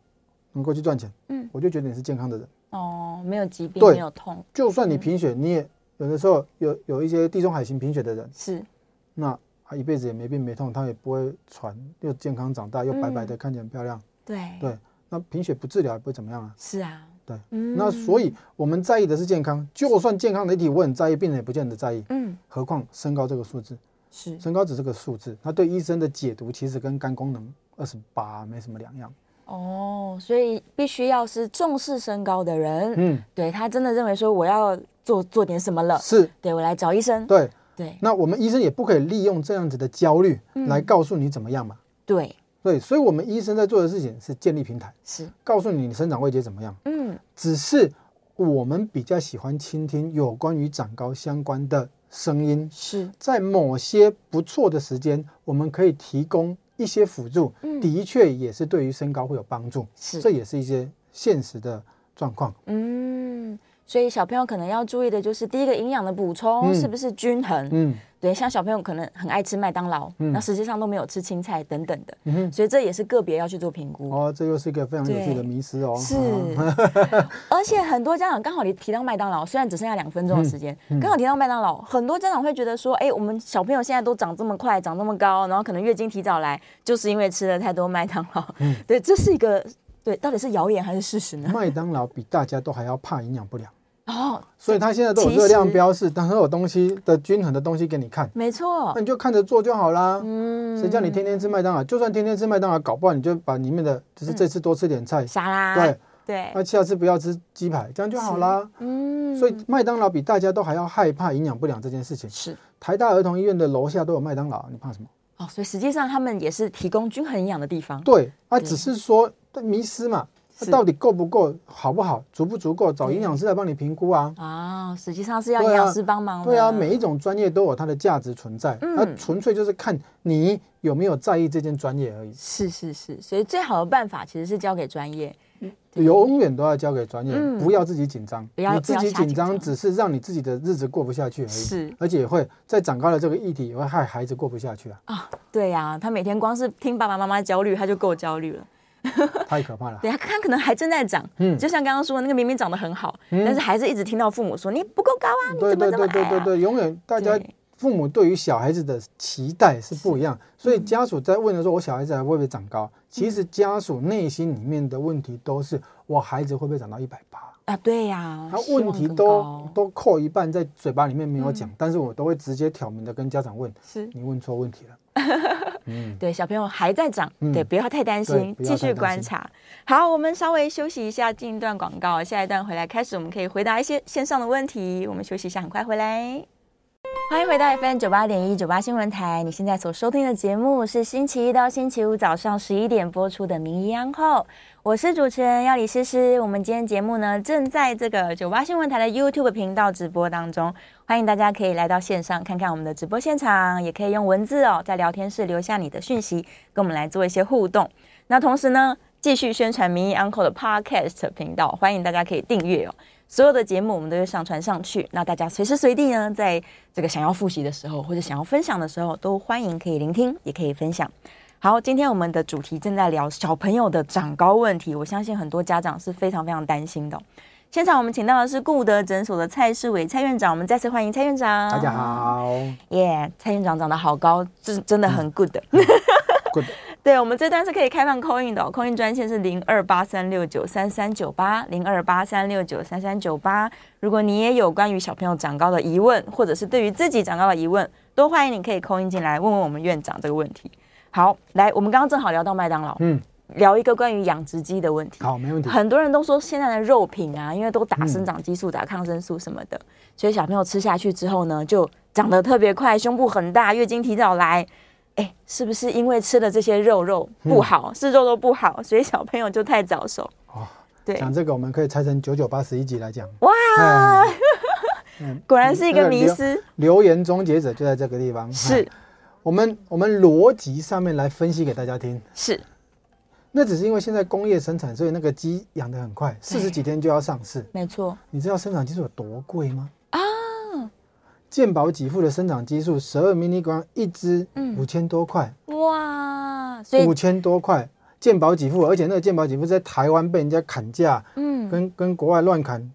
Speaker 3: 能够去赚钱，
Speaker 2: 嗯
Speaker 3: 我就觉得你是健康的人。
Speaker 2: 哦，没有疾病，
Speaker 3: 对
Speaker 2: 没有痛，
Speaker 3: 就算你贫血，你也有的时候有有一些地中海型贫血的人，
Speaker 2: 是，
Speaker 3: 那啊他一辈子也没病没痛，他也不会喘，又健康长大，又白白的，看起来很漂亮。
Speaker 2: 嗯对，
Speaker 3: 对，那贫血不治疗也不会怎么样啊。
Speaker 2: 是啊，
Speaker 3: 对，
Speaker 2: 嗯
Speaker 3: 那所以我们在意的是健康，就算健康的一体我很在意，病人也不见得在意，
Speaker 2: 嗯，
Speaker 3: 何况身高这个数字，
Speaker 2: 是，
Speaker 3: 身高只是个数字，它对医生的解读其实跟肝功能二十八没什么两样。
Speaker 2: 哦，所以必须要是重视身高的人，
Speaker 3: 嗯，
Speaker 2: 对他真的认为说我要做做点什么了，
Speaker 3: 是
Speaker 2: 对我来找医生，
Speaker 3: 对。
Speaker 2: 对
Speaker 3: 那我们医生也不可以利用这样子的焦虑来告诉你怎么样嘛。
Speaker 2: 对
Speaker 3: 对，所以我们医生在做的事情是建立平台，
Speaker 2: 是，
Speaker 3: 告诉你你生长位阶怎么样。
Speaker 2: 嗯，
Speaker 3: 只是我们比较喜欢倾听有关于长高相关的声音，
Speaker 2: 是，
Speaker 3: 在某些不错的时间，我们可以提供一些辅助，的确也是对于身高会有帮助。
Speaker 2: 是
Speaker 3: 这也是一些现实的状况。
Speaker 2: 嗯，所以小朋友可能要注意的就是第一个营养的补充
Speaker 3: 嗯
Speaker 2: 是不是均衡，
Speaker 3: 嗯
Speaker 2: 对，像小朋友可能很爱吃麦当劳，那实际上都没有吃青菜等等的，
Speaker 3: 嗯哼，
Speaker 2: 所以这也是个别要去做评估。
Speaker 3: 哦，这又是一个非常有趣
Speaker 2: 对
Speaker 3: 的迷失哦。 [laughs]
Speaker 2: 是
Speaker 3: 啊，
Speaker 2: 而且很多家长刚好你提到麦当劳，虽然只剩下两分钟的时间，
Speaker 3: 嗯
Speaker 2: 刚好提到麦当劳，很多家长会觉得说，哎、我们小朋友现在都长这么快，长这么高，然后可能月经提早来，就是因为吃了太多麦当劳。
Speaker 3: 嗯
Speaker 2: [laughs] 对，这是一个对，到底是谣言还是事实呢？
Speaker 3: 麦当劳比大家都还要怕营养不良，
Speaker 2: 哦，
Speaker 3: 所以它现在都有
Speaker 2: 其实
Speaker 3: 热量标示，它都有东西的均衡的东西给你看，
Speaker 2: 没错
Speaker 3: 那，你就看着做就好啦。
Speaker 2: 嗯，
Speaker 3: 谁叫你天天吃麦当劳？就算天天吃麦当劳，搞不好你就把里面的，就是
Speaker 2: 嗯
Speaker 3: 这次多吃点菜，
Speaker 2: 沙拉？
Speaker 3: 对，
Speaker 2: 对
Speaker 3: 那下次不要吃鸡排，这样就好啦。
Speaker 2: 嗯，
Speaker 3: 所以麦当劳比大家都还要害怕营养不良这件事情。
Speaker 2: 是
Speaker 3: 台大儿童医院的楼下都有麦当劳，你怕什么？
Speaker 2: 哦，所以实际上他们也是提供均衡营养的地方。
Speaker 3: 对，啊，
Speaker 2: 对
Speaker 3: 只是说迷失嘛，啊
Speaker 2: 是
Speaker 3: 到底够不够，好不好，足不足够，找营养师来帮你评估啊。
Speaker 2: 啊、实际上是要
Speaker 3: 对
Speaker 2: 营
Speaker 3: 啊
Speaker 2: 养师帮忙的
Speaker 3: 对啊，每一种专业都有它的价值存在，
Speaker 2: 哦嗯
Speaker 3: 那、纯粹就是看你有没有在意这件专业而已。
Speaker 2: 是是是，所以最好的办法其实是交给专业。
Speaker 3: 永远都要交给专业，
Speaker 2: 嗯
Speaker 3: 不要自己紧张。
Speaker 2: 不要
Speaker 3: 你自己
Speaker 2: 不要瞎紧
Speaker 3: 紧
Speaker 2: 张
Speaker 3: 张，只是让你自己的日子过不下去而已。
Speaker 2: 是
Speaker 3: 而且也会在长高的这个议题，也会害孩子过不下
Speaker 2: [laughs]
Speaker 3: 去啊，
Speaker 2: 对呀、他每天光是听爸爸妈妈焦虑，他就够焦虑了。
Speaker 3: 太可怕了。
Speaker 2: 对呀、他可能还正在长，
Speaker 3: 嗯
Speaker 2: 就像刚刚说的那个明明长得很好，但是还是一直听到父母说你不够高啊，你
Speaker 3: 对
Speaker 2: 怎么
Speaker 3: 对
Speaker 2: 这么
Speaker 3: 对
Speaker 2: 矮
Speaker 3: 对对
Speaker 2: 啊？
Speaker 3: 对，永远大家
Speaker 2: 对
Speaker 3: 父母对于小孩子的期待是不一样，所
Speaker 2: 嗯
Speaker 3: 以家属在问的时候，我小孩子还会不会长高？其实家属内心里面的问题都是我孩子会不会长到一百八？
Speaker 2: 啊，对呀、
Speaker 3: 他
Speaker 2: 希望
Speaker 3: 问题
Speaker 2: 更
Speaker 3: 都
Speaker 2: 高嗯
Speaker 3: 都扣一半在嘴巴里面没有讲，但是我都会直接挑明的跟家长问，
Speaker 2: 是
Speaker 3: 你问错问题了。
Speaker 2: [laughs]
Speaker 3: 嗯，
Speaker 2: 对，小朋友还在长，
Speaker 3: 嗯
Speaker 2: 对，不要太担
Speaker 3: 对
Speaker 2: 心，
Speaker 3: 不要
Speaker 2: 继
Speaker 3: 太
Speaker 2: 续
Speaker 3: 担心
Speaker 2: 观察。好，我们稍微休息一下，进一段广告，下一段回来开始，我们可以回答一些线上的问题。我们休息一下，很快回来。欢迎回到 FM 九八点一九八新闻台，你现在所收听的节目是星期一到星期五早上十一点播出的《名医央后》，我是主持人要李诗诗。我们今天节目呢正在这个九八新闻台的 YouTube 频道直播当中，欢迎大家可以来到线上看看我们的直播现场，也可以用文字哦在聊天室留下你的讯息，跟我们来做一些互动。那同时呢，继续宣传《名医 Uncle》的 Podcast 频道，欢迎大家可以订阅哦。所有的节目我们都会上传上去，那大家随时随地呢，在这个想要复习的时候，或者想要分享的时候，都欢迎可以聆听，也可以分享。好，今天我们的主题正在聊小朋友的长高问题，我相信很多家长是非常非常担心的哦、现场我们请到的是顾德诊所的蔡世伟蔡院长，我们再次欢迎蔡院长。
Speaker 3: 大家，好
Speaker 2: 耶、蔡院长长得好高，这真的很 good 的。
Speaker 3: 嗯
Speaker 2: [laughs]
Speaker 3: ，Good，
Speaker 2: 对，我们这段是可以开放 call in 的、哦、，call in 专线是零二八三六九三三九八零二八三六九三三九八。如果你也有关于小朋友长高的疑问，或者是对于自己长高的疑问，都欢迎你可以 call in 进来问问我们院长这个问题。好，来，我们刚刚正好聊到麦当劳，
Speaker 3: 嗯，
Speaker 2: 聊一个关于养殖鸡的问题。
Speaker 3: 好，没问题。
Speaker 2: 很多人都说现在的肉品啊，因为都打
Speaker 3: 嗯
Speaker 2: 生长激素、打抗生素什么的，所以小朋友吃下去之后呢，就长得特别快，胸部很大，月经提早来。哎，是不是因为吃了这些肉肉不好，是肉肉不好，所以小朋友就太早熟？
Speaker 3: 嗯哦，
Speaker 2: 对，
Speaker 3: 讲这个我们可以拆成九九八十一集来讲。
Speaker 2: 哇，
Speaker 3: 哎嗯，
Speaker 2: 果然是一
Speaker 3: 那
Speaker 2: 个迷
Speaker 3: 留
Speaker 2: 思，
Speaker 3: 留言终结者就在这个地方。
Speaker 2: 是
Speaker 3: 哎我们我们逻辑上面来分析给大家听。
Speaker 2: 是，
Speaker 3: 那只是因为现在工业生产，所以那个鸡养得很快，四十几天就要上市。
Speaker 2: 没错
Speaker 3: 你知道生长激素有多贵吗？
Speaker 2: 啊，
Speaker 3: 健保给付的生长激素十二 milligram 一支，
Speaker 2: 嗯
Speaker 3: 五千多块，
Speaker 2: 哇，所以
Speaker 3: 五千多块，健保给付，而且那个健保给付在台湾被人家砍价，
Speaker 2: 嗯，
Speaker 3: 跟跟国外乱砍，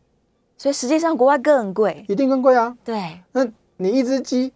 Speaker 2: 所以实际上国外更贵，
Speaker 3: 一定更贵啊。
Speaker 2: 对，
Speaker 3: 那你一只鸡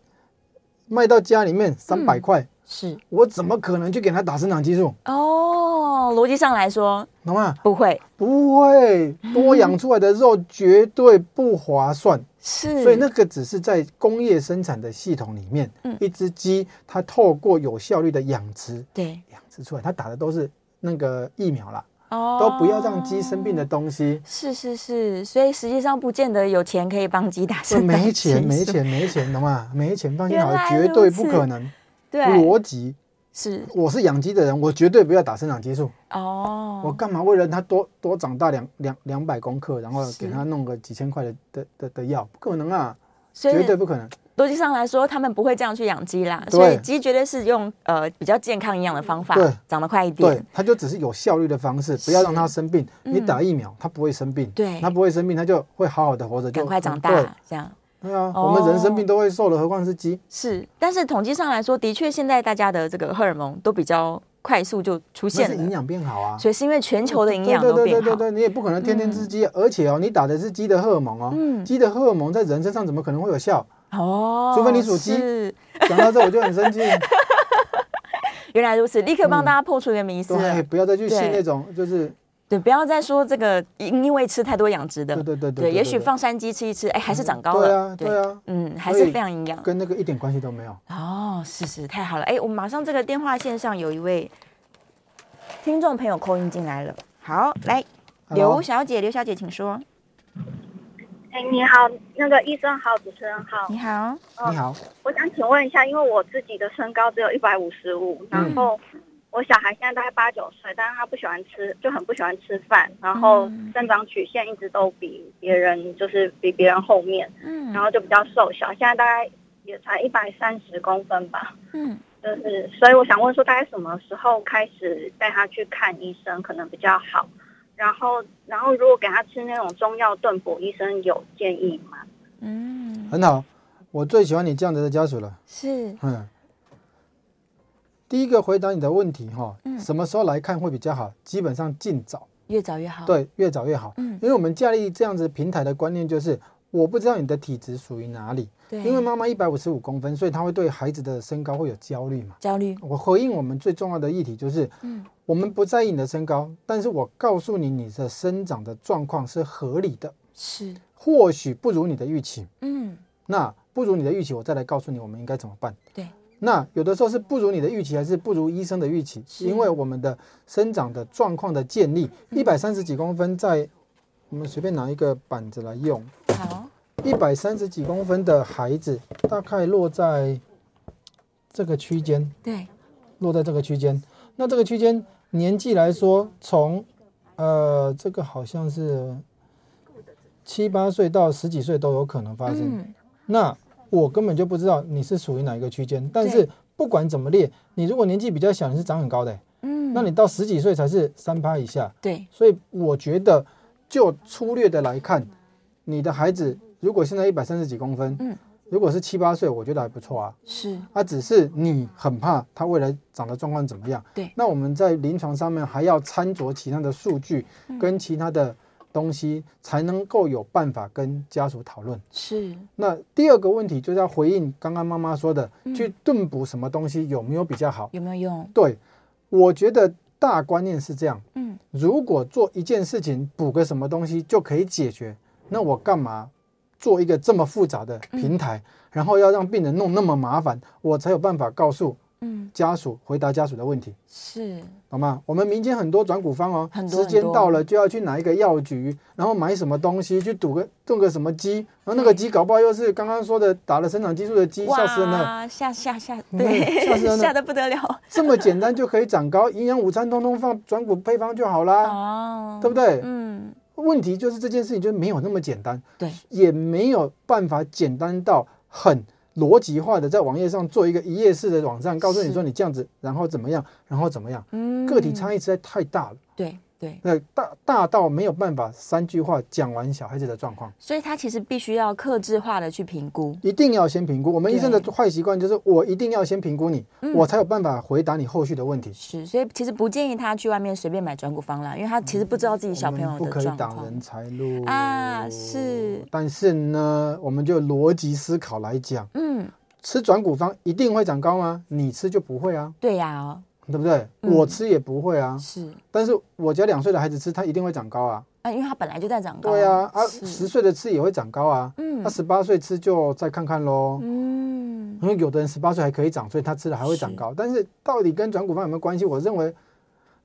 Speaker 3: 卖到家里面三
Speaker 2: 嗯
Speaker 3: 百块，
Speaker 2: 是
Speaker 3: 我怎么可能去给它打生长激素？
Speaker 2: 哦，逻辑上来说
Speaker 3: 懂吗？
Speaker 2: 不会
Speaker 3: 不会，多养出来的肉绝对不划算。
Speaker 2: 是，
Speaker 3: 所以那个只是在工业生产的系统里面，
Speaker 2: 嗯
Speaker 3: 一只鸡它透过有效率的养殖，
Speaker 2: 对
Speaker 3: 养殖出来，它打的都是那个疫苗啦，
Speaker 2: 哦，
Speaker 3: 都不要让鸡生病的。东西。
Speaker 2: 是是是，所以实际上不见得有钱可以帮鸡打
Speaker 3: 这
Speaker 2: 生长
Speaker 3: 没
Speaker 2: 激
Speaker 3: 钱，没
Speaker 2: 素，
Speaker 3: 钱，没钱，懂吗？没钱，放心好
Speaker 2: 原
Speaker 3: 了，
Speaker 2: 来
Speaker 3: 绝
Speaker 2: 如
Speaker 3: 对不
Speaker 2: 此
Speaker 3: 可能。
Speaker 2: 对，
Speaker 3: 逻辑，
Speaker 2: 是
Speaker 3: 我是养鸡的人，我绝对不要打生长激素。
Speaker 2: 哦，
Speaker 3: 我干嘛为了它多多长大两两两百公克，然后
Speaker 2: 是
Speaker 3: 给它弄个几千块的的的的药？不可能啊，
Speaker 2: 所以
Speaker 3: 绝对不可能。
Speaker 2: 逻辑上来说，他们不会这样去养鸡啦，
Speaker 3: 对
Speaker 2: 所以鸡绝对是用呃比较健康营养的方法
Speaker 3: 对，
Speaker 2: 长得快一
Speaker 3: 对
Speaker 2: 点。，
Speaker 3: 它就只是有效率的方式，不要让它生病。
Speaker 2: 嗯
Speaker 3: 你打疫苗，它不会生病，
Speaker 2: 对
Speaker 3: 它不会生病，它就会好好的活着，就
Speaker 2: 赶快长
Speaker 3: 对
Speaker 2: 大，这样
Speaker 3: 对啊，
Speaker 2: 哦
Speaker 3: 我们人生病都会瘦了，何况是鸡？
Speaker 2: 是。但是统计上来说，的确现在大家的这个荷尔蒙都比较快速就出
Speaker 3: 那
Speaker 2: 现
Speaker 3: 是营
Speaker 2: 了，
Speaker 3: 养变好啊，
Speaker 2: 所以是因为全球的营养
Speaker 3: 对
Speaker 2: 都
Speaker 3: 对对
Speaker 2: 变
Speaker 3: 对
Speaker 2: 好。
Speaker 3: 对，你也不可能天天吃鸡，而且哦，你打的是鸡的荷尔蒙哦
Speaker 2: 嗯，
Speaker 3: 鸡的荷尔蒙在人身上怎么可能会有效？
Speaker 2: 哦，
Speaker 3: 除非你属鸡
Speaker 2: 是
Speaker 3: 讲到这我就
Speaker 2: [laughs]
Speaker 3: 很生气，
Speaker 2: 啊原来如此，立刻帮
Speaker 3: 嗯
Speaker 2: 大家破除一个迷思了
Speaker 3: 对，哎不要再去信
Speaker 2: 对
Speaker 3: 那种就是
Speaker 2: 对，不要再说这个因因为吃太多养殖的，
Speaker 3: 对对对对
Speaker 2: 对，
Speaker 3: 对
Speaker 2: 也许
Speaker 3: 对
Speaker 2: 放山鸡吃一吃，哎，还是长高
Speaker 3: 对
Speaker 2: 了，
Speaker 3: 啊对啊，
Speaker 2: 嗯，还
Speaker 3: 所
Speaker 2: 是
Speaker 3: 以
Speaker 2: 非常营养。
Speaker 3: 跟那个一点关系都没有。
Speaker 2: 哦，是是，太好了！哎，我们马上这个电话线上有一位听众朋友扣音进来了。好，来，
Speaker 3: Hello
Speaker 2: 刘小姐，刘小姐，请说。
Speaker 4: 哎，你好，那个医生好，主持人好。
Speaker 2: 你好，
Speaker 4: 哦
Speaker 3: 你好，
Speaker 4: 我想请问一下，因为我自己的身高只有一百五十五，然
Speaker 2: 嗯
Speaker 4: 后我小孩现在大概八九岁，但是他不喜欢吃，就很不喜欢吃饭，然后
Speaker 2: 嗯
Speaker 4: 生长曲线一直都比别人就是比别人后面，然
Speaker 2: 嗯
Speaker 4: 后就比较瘦小，现在大概也才一百三十公分吧。
Speaker 2: 嗯，
Speaker 4: 就是，所以我想问说，大概什么时候开始带他去看医生可能比较好？然后，然后如果给他吃那种中药炖补，医生有建议吗？
Speaker 2: 嗯，
Speaker 3: 很好，我最喜欢你这样子的家属了。
Speaker 2: 是，
Speaker 3: 嗯，第一个回答你的问题哈，
Speaker 2: 嗯
Speaker 3: 什么时候来看会比较好？基本上尽早，
Speaker 2: 越早越好。，
Speaker 3: 对，越早越好。
Speaker 2: 嗯
Speaker 3: 因为我们建立这样子平台的观念就是，我不知道你的体质属于哪里，
Speaker 2: 对，
Speaker 3: 因为妈妈一百五十五公分，所以她会对孩子的身高会有焦虑嘛。
Speaker 2: 焦虑，
Speaker 3: 我回应我们最重要的议题就是，
Speaker 2: 嗯
Speaker 3: 我们不在意你的身高，但是我告诉你你的生长的状况是合理的，
Speaker 2: 是，
Speaker 3: 或许不如你的预期，
Speaker 2: 嗯
Speaker 3: 那不如你的预期，我再来告诉你我们应该怎么办。
Speaker 2: 对，
Speaker 3: 那有的时候是不如你的预期，还是不如医生的预期？
Speaker 2: 是嗯
Speaker 3: 因为我们的生长的状况的建立，一百三十几公分在，我们随便拿一个板子来用，
Speaker 2: 好，
Speaker 3: 一百三十几公分的孩子大概落在这个区间，
Speaker 2: 对，
Speaker 3: 落在这个区间。那这个区间年纪来说，从呃这个好像是七八岁到十几岁都有可能发生。
Speaker 2: 嗯
Speaker 3: 那我根本就不知道你是属于哪一个区间。但
Speaker 2: 对
Speaker 3: 是不管怎么列，你如果年纪比较小，你是长很高的欸、
Speaker 2: 嗯，
Speaker 3: 那你到十几岁才是三趴以下。
Speaker 2: 对，
Speaker 3: 所以我觉得，就粗略的来看，你的孩子如果现在一百三十几公分，
Speaker 2: 嗯，
Speaker 3: 如果是七八岁，我觉得还不错啊。
Speaker 2: 是，
Speaker 3: 啊，只是你很怕他未来长的状况怎么样。
Speaker 2: 对
Speaker 3: 那我们在临床上面还要参酌其他的数据跟其他的东西，才能够有办法跟家属讨论。
Speaker 2: 是，
Speaker 3: 那第二个问题就是要回应刚刚妈妈说的，去炖补什么东西有没有比较好？
Speaker 2: 有没有用？
Speaker 3: 对，我觉得大观念是这样：
Speaker 2: 嗯，
Speaker 3: 如果做一件事情补个什么东西就可以解决，那我干嘛做
Speaker 2: 嗯
Speaker 3: 一个这么复杂的平台，然后要让病人弄那么麻烦，我才有办法告诉
Speaker 2: 嗯，
Speaker 3: 家属回答家属的问题，
Speaker 2: 是，
Speaker 3: 懂吗？我们民间很多转股方哦，
Speaker 2: 很多
Speaker 3: 时间
Speaker 2: 很多
Speaker 3: 到了就要去哪一个药局，然后买什么东西，去赌个炖个什么鸡，然后那个鸡搞不好又是刚刚说的打了生长激素的鸡，吓死人了。
Speaker 2: 哇，吓吓吓，
Speaker 3: 嗯 [laughs] 吓死
Speaker 2: 对，
Speaker 3: 人了
Speaker 2: 吓得不得了
Speaker 3: 这么简单就可以长高，营养午餐通通放转股配方就好啦，
Speaker 2: 哦，
Speaker 3: 对不对？
Speaker 2: 嗯，
Speaker 3: 问题就是这件事情就没有那么简单，
Speaker 2: 对，
Speaker 3: 也没有办法简单到很逻辑化的在网页上做一个一页式的网站，告诉
Speaker 2: 是
Speaker 3: 你说你这样子，然后怎么样，然后怎么样。
Speaker 2: 嗯，
Speaker 3: 个体差异实在太大了，
Speaker 2: 对对，
Speaker 3: 那大大到没有办法三句话讲完小孩子的状况，
Speaker 2: 所以他其实必须要克制化的去评估，
Speaker 3: 一定要先评估。我们医生的
Speaker 2: 对
Speaker 3: 坏习惯就是我一定要先评估你，
Speaker 2: 嗯
Speaker 3: 我才有办法回答你后续的问题。
Speaker 2: 是，所以其实不建议他去外面随便买转骨方啦，因为他其实不知道自己小朋
Speaker 3: 我
Speaker 2: 友
Speaker 3: 嗯们不
Speaker 2: 的
Speaker 3: 可以
Speaker 2: 状
Speaker 3: 挡人
Speaker 2: 况。
Speaker 3: 财路
Speaker 2: 啊是
Speaker 3: 但是呢，我们就逻辑思考来讲，
Speaker 2: 嗯，
Speaker 3: 吃转骨方一定会长高吗？你吃就不会啊，
Speaker 2: 对呀、哦，
Speaker 3: 对不对？
Speaker 2: 嗯
Speaker 3: 我吃也不会啊，
Speaker 2: 是
Speaker 3: 但是我家两岁的孩子吃，他一定会长高啊。
Speaker 2: 啊，因为他本来就在长高。
Speaker 3: 对啊，啊，
Speaker 2: 哦是
Speaker 3: 十岁的吃也会长高啊，
Speaker 2: 嗯
Speaker 3: 那十八岁吃就再看看喽。
Speaker 2: 嗯，
Speaker 3: 因为有的人十八岁还可以长，所以他吃了还会长高。但是到底跟转骨方有没有关系？我认为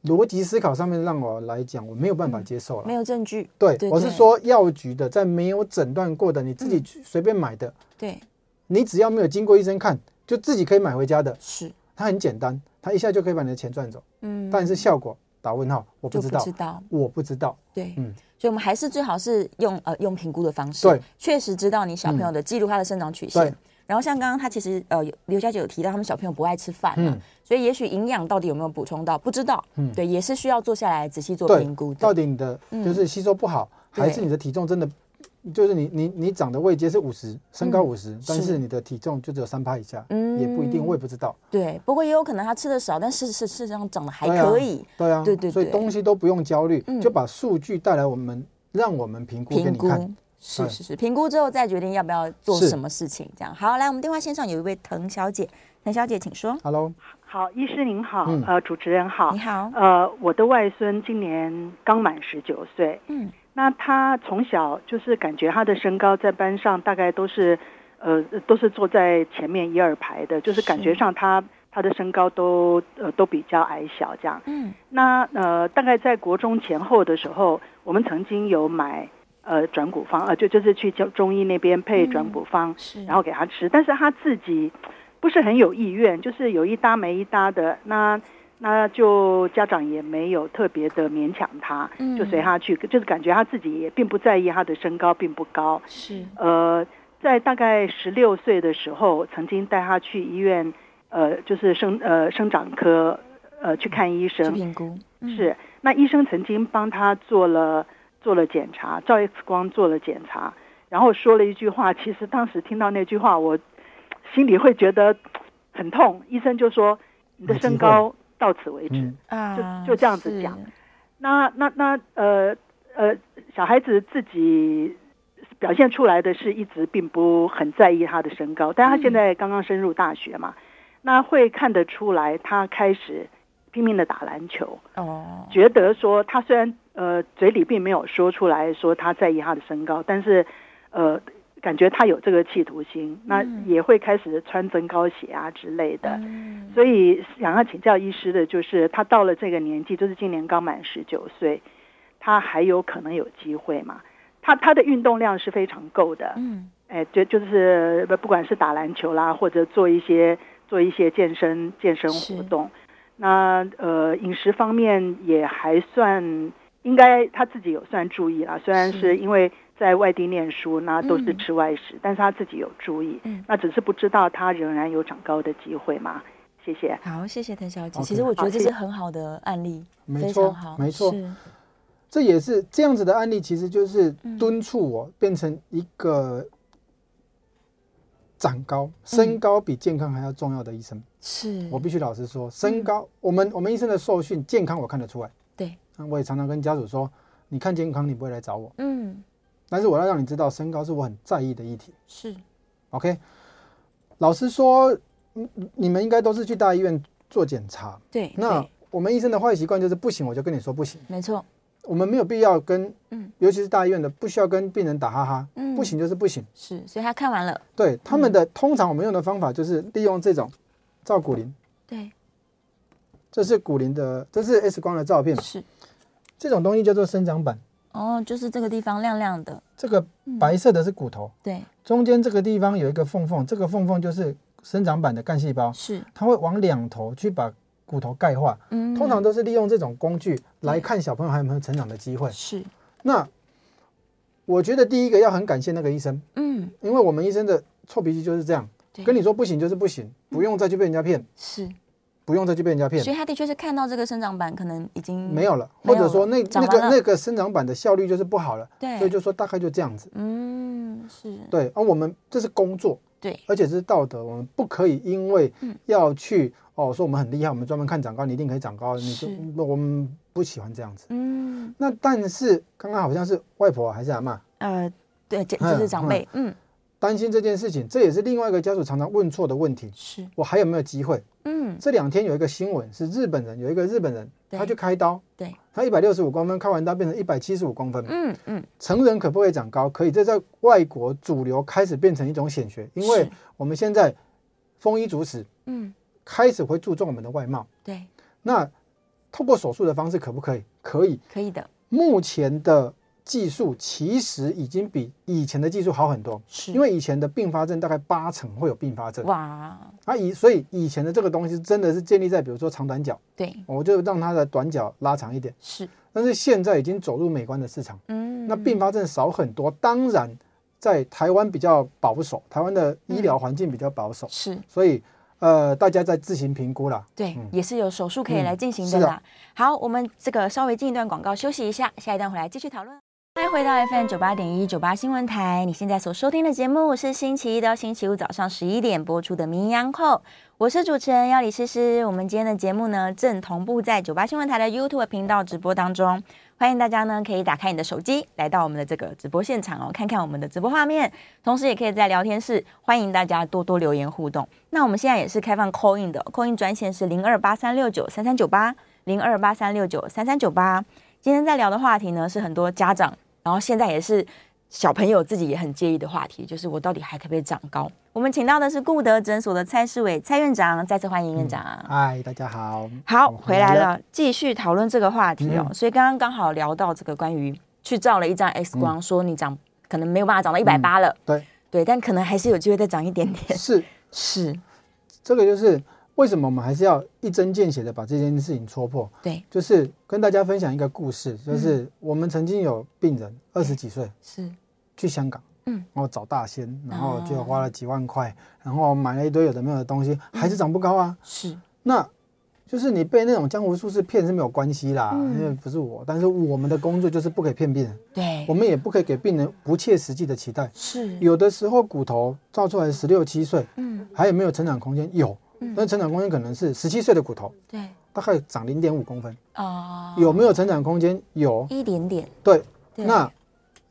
Speaker 3: 逻辑思考上面让我来讲，我没有办法接受了。
Speaker 2: 嗯没有证据。
Speaker 3: 对，
Speaker 2: 对
Speaker 3: 我是
Speaker 2: 对嗯
Speaker 3: 说药局的，在没有诊断过的，你自己去随便买的，
Speaker 2: 对，
Speaker 3: 你只要没有经过医生看，就自己可以买回家的，
Speaker 2: 是，
Speaker 3: 它很简单，它一下就可以把你的钱赚走。
Speaker 2: 嗯，
Speaker 3: 但是效果打问号，我不
Speaker 2: 就
Speaker 3: 知
Speaker 2: 不
Speaker 3: 道
Speaker 2: 知，道。
Speaker 3: 我不知道。
Speaker 2: 对，
Speaker 3: 嗯
Speaker 2: 所以我们还是最好是用呃用评估的方式，
Speaker 3: 对，
Speaker 2: 确实知道你小朋友的记录他的生长曲线。
Speaker 3: 对
Speaker 2: 然后像刚刚他其实呃有刘小姐有提到，他们小朋友不爱吃饭、啊，
Speaker 3: 嗯
Speaker 2: 所以也许营养到底有没有补充到不知道，
Speaker 3: 嗯
Speaker 2: 对，也是需要坐下来仔细做
Speaker 3: 对
Speaker 2: 评估，的
Speaker 3: 到。底你的
Speaker 2: 嗯
Speaker 3: 就是吸收不好，
Speaker 2: 对
Speaker 3: 还是你的体重真的？就是你你你长的位阶是五十，身高五十、
Speaker 2: 嗯
Speaker 3: 但
Speaker 2: 是
Speaker 3: 是你的体重就只有三趴以下，
Speaker 2: 嗯
Speaker 3: 也不一定，我也不知道。
Speaker 2: 对，不过也有可能他吃的少，但事实事实上长得还
Speaker 3: 对啊
Speaker 2: 可以。
Speaker 3: 对啊，
Speaker 2: 对对
Speaker 3: 所以
Speaker 2: 对
Speaker 3: 东西都不用焦虑，
Speaker 2: 嗯
Speaker 3: 就把数据带来我们，让我们评估哎给
Speaker 2: 评
Speaker 3: 你
Speaker 2: 估
Speaker 3: 看。
Speaker 2: 是
Speaker 3: 对
Speaker 2: 是是，评估之后再决定要不要做
Speaker 3: 是
Speaker 2: 什么事情。这样好，来，我们电话线上有一位滕小姐，滕小姐，请说。
Speaker 3: Hello，
Speaker 5: 好，医师您好，
Speaker 3: 嗯
Speaker 5: 呃，主持人好
Speaker 2: 你，好，
Speaker 5: 呃，我的外孙今年刚满十九岁，
Speaker 2: 嗯，
Speaker 5: 那他从小就是感觉他的身高在班上大概都是，呃，都是坐在前面一二排的，就是感觉
Speaker 2: 是
Speaker 5: 上他他的身高都呃都比较矮小这样。
Speaker 2: 嗯，
Speaker 5: 那呃，大概在国中前后的时候，我们曾经有买呃转骨方，呃就就是去中中医那边配转骨方，
Speaker 2: 嗯是
Speaker 5: 然后给他吃，但是他自己不是很有意愿，就是有一搭没一搭的，那那就家长也没有特别的勉强他，
Speaker 2: 嗯
Speaker 5: 就随他去，就是感觉他自己也并不在意他的身高并不高，
Speaker 2: 是
Speaker 5: 呃，在大概十六岁的时候，曾经带他去医院，呃，就是生呃生长科呃去看医
Speaker 2: 去
Speaker 5: 生，
Speaker 2: 评估，嗯
Speaker 5: 是，那医生曾经帮他做了做了检查，照 X 光做了检查，然后说了一句话。其实当时听到那句话，我心里会觉得很痛。医生就说：“你的
Speaker 3: 没机
Speaker 5: 身
Speaker 3: 会
Speaker 5: 高到此为止。
Speaker 3: 嗯，
Speaker 2: 啊
Speaker 5: 就这样子讲那那那呃呃，小孩子自己表现出来的是一直并不很在意他的身高，但他现在刚刚升入大学嘛，
Speaker 2: 嗯
Speaker 5: 那会看得出来，他开始拼命的打篮球。
Speaker 2: 哦，
Speaker 5: 觉得说他虽然呃嘴里并没有说出来说他在意他的身高，但是呃感觉他有这个企图心，那
Speaker 2: 嗯
Speaker 5: 也会开始穿增高鞋啊之类的。
Speaker 2: 嗯
Speaker 5: 所以想要请教医师的就是，他到了这个年纪，就是今年刚满十九岁，他还有可能有机会嘛？他他的运动量是非常够的，
Speaker 2: 嗯
Speaker 5: 哎，就就是不不管是打篮球啦，或者做一些做一些健身健身活动，那呃饮食方面也还算，应该他自己有算注意啦。虽然
Speaker 2: 是
Speaker 5: 是因为在外地念书，那都是
Speaker 2: 嗯
Speaker 5: 吃外食，但是他自己有注意。
Speaker 2: 嗯
Speaker 5: 那只是不知道他仍然有长高的机会嘛？谢谢。
Speaker 2: 好，谢谢滕小姐。
Speaker 3: OK
Speaker 2: 其实我觉得这
Speaker 5: 好
Speaker 2: 是
Speaker 5: 谢
Speaker 2: 很好的案例，
Speaker 3: 没
Speaker 2: 非
Speaker 3: 错
Speaker 2: 常好，
Speaker 3: 没错
Speaker 2: 是
Speaker 3: 这也是这样子的案例，其实就是
Speaker 2: 嗯
Speaker 3: 敦促我变成一个长高、
Speaker 2: 嗯
Speaker 3: 身高比健康还要重要的医生。
Speaker 2: 是，
Speaker 3: 我必须老实说，
Speaker 2: 嗯
Speaker 3: 身高，我们我们医生的受训，健康我看得出来。
Speaker 2: 对，
Speaker 3: 那我也常常跟家属说，你看健康，你不会来找我，
Speaker 2: 嗯
Speaker 3: 但是我要让你知道，身高是我很在意的议题。
Speaker 2: 是
Speaker 3: OK，老实说，嗯你们应该都是去大医院做检查。
Speaker 2: 对，
Speaker 3: 那
Speaker 2: 对
Speaker 3: 我们医生的坏习惯就是不行，我就跟你说不行。
Speaker 2: 没错，
Speaker 3: 我们没有必要跟，
Speaker 2: 嗯
Speaker 3: 尤其是大医院的，不需要跟病人打哈哈，
Speaker 2: 嗯
Speaker 3: 不行就是不行。
Speaker 2: 是，所以他看完了，
Speaker 3: 对他们的、通常我们用的方法就是利用这种照骨龄，
Speaker 2: 对，
Speaker 3: 这是骨龄的，这是 X 光的照片，
Speaker 2: 是
Speaker 3: 这种东西叫做生长板。
Speaker 2: 哦，就是这个地方亮亮的，
Speaker 3: 这个
Speaker 2: 嗯
Speaker 3: 白色的是骨头，
Speaker 2: 对，
Speaker 3: 中间这个地方有一个缝缝，这个缝缝就是生长板的干细胞，
Speaker 2: 是，
Speaker 3: 它会往两头去把骨头钙化。
Speaker 2: 嗯，
Speaker 3: 通常都是利用这种工具来看小朋友还有没有成长的机会。
Speaker 2: 是，
Speaker 3: 那我觉得第一个要很感谢那个医生，
Speaker 2: 嗯，
Speaker 3: 因为我们医生的臭脾气就是这样，
Speaker 2: 对，嗯
Speaker 3: 跟你说不行就是不行，不用再去被人家骗，
Speaker 2: 是，
Speaker 3: 不用再去被人家骗
Speaker 2: 所，以他的确是看到这个生长板可能已经
Speaker 3: 没有了，
Speaker 2: 没
Speaker 3: 或
Speaker 2: 有了
Speaker 3: 者说那
Speaker 2: 长
Speaker 3: 那
Speaker 2: 完
Speaker 3: 个
Speaker 2: 了
Speaker 3: 那个生长板的效率就是不好了，
Speaker 2: 对
Speaker 3: 所以就说大概就这样子。
Speaker 2: 嗯，是，
Speaker 3: 对，而、我们这是工作，
Speaker 2: 对，
Speaker 3: 而且这是道德，我们不可以因为
Speaker 2: 嗯
Speaker 3: 要去、哦说我们很厉害，我们专门看长高，你一定可以长高，你就是我们不喜欢这样子。
Speaker 2: 嗯，
Speaker 3: 那但是刚刚好像是外婆还是阿妈
Speaker 2: 呃，对，这就是长辈，嗯，
Speaker 3: 担心这件事情，这也是另外一个家属常常问错的问题。
Speaker 2: 是，
Speaker 3: 我还有没有机会？
Speaker 2: 嗯，
Speaker 3: 这两天有一个新闻是日本人有一个日本人，
Speaker 2: 对
Speaker 3: 他去开刀，
Speaker 2: 对，
Speaker 3: 他一百六十五公分，开完刀变成一百七十五公分。
Speaker 2: 嗯嗯，
Speaker 3: 成人可不可以长高？可以，这在外国主流开始变成一种显学，因为
Speaker 2: 是
Speaker 3: 我们现在丰衣足食，
Speaker 2: 嗯，
Speaker 3: 开始会注重我们的外貌。
Speaker 2: 对，
Speaker 3: 那透过手术的方式可不可以？可以。
Speaker 2: 可以的，
Speaker 3: 目前的技术其实已经比以前的技术好很多，
Speaker 2: 是，
Speaker 3: 因为以前的并发症大概八成会有并发症，
Speaker 2: 哇，
Speaker 3: 啊以所以以前的这个东西真的是建立在比如说长短脚，
Speaker 2: 对，
Speaker 3: 我就让它的短脚拉长一点。
Speaker 2: 是，
Speaker 3: 但是现在已经走入美观的市场，
Speaker 2: 嗯，
Speaker 3: 那并发症少很多。当然，在台湾比较保守，台湾的医
Speaker 2: 嗯
Speaker 3: 疗环境比较保守，
Speaker 2: 是
Speaker 3: 所以呃大家在自行评估啦。
Speaker 2: 对，也是有手术可以
Speaker 3: 嗯
Speaker 2: 来进行
Speaker 3: 是
Speaker 2: 的
Speaker 3: 的
Speaker 2: 啦。好，我们这个稍微进一段广告休息一下，下一段回来继续讨论。欢迎回到 FM 九八点一九八新闻台，你现在所收听的节目是星期一到星期五早上十一点播出的《名扬后》，我是主持人要李诗诗。我们今天的节目呢，正同步在九八新闻台的 YouTube 频道直播当中，欢迎大家呢可以打开你的手机，来到我们的这个直播现场哦，看看我们的直播画面，同时也可以在聊天室，欢迎大家多多留言互动。那我们现在也是开放 call in 的，call in 专线是零二八三六九三三九八零二八三六九三三九八。今天在聊的话题呢，是很多家长，然后现在也是小朋友自己也很介意的话题，就是我到底还可不可以长高？我们请到的是顾德诊所的蔡世伟蔡院长，再次欢迎院长。
Speaker 3: 嗨，大家好，
Speaker 2: 啊好，
Speaker 3: 我
Speaker 2: 回来。了，继续讨论这个话题哦。所以刚刚刚好聊到这个关于去照了一张 X 光，说你长可能没有办法长到一百八了，
Speaker 3: 对，
Speaker 2: 嗯对，但可能还是有机会再长一点点。
Speaker 3: 是
Speaker 2: 是，
Speaker 3: 这个就是为什么我们还是要一针见血的把这件事情戳破。
Speaker 2: 对，嗯
Speaker 3: 就是跟大家分享一个故事，就是我们曾经有病人二十几岁
Speaker 2: 是，
Speaker 3: 去香港，
Speaker 2: 嗯哦
Speaker 3: 然后找大仙，然后就花了几万块，然后买了一堆有的没有的东西，
Speaker 2: 嗯
Speaker 3: 还是长不高啊。
Speaker 2: 是，
Speaker 3: 那就是你被那种江湖术士骗是没有关系啦，
Speaker 2: 嗯
Speaker 3: 因为不是我，但是我们的工作就是不可以骗病人，
Speaker 2: 对
Speaker 3: 我，们也不可以给病人不切实际的期待。
Speaker 2: 是，
Speaker 3: 有的时候骨头照出来十六七岁，
Speaker 2: 嗯，
Speaker 3: 还有没有成长空间？有，
Speaker 2: 嗯
Speaker 3: 但成长空间可能是十七岁的骨头，
Speaker 2: 对，
Speaker 3: 大概长零点五公分，
Speaker 2: 啊、
Speaker 3: 有没有成长空间？有，
Speaker 2: 一点点，
Speaker 3: 对，
Speaker 2: 哎对
Speaker 3: 那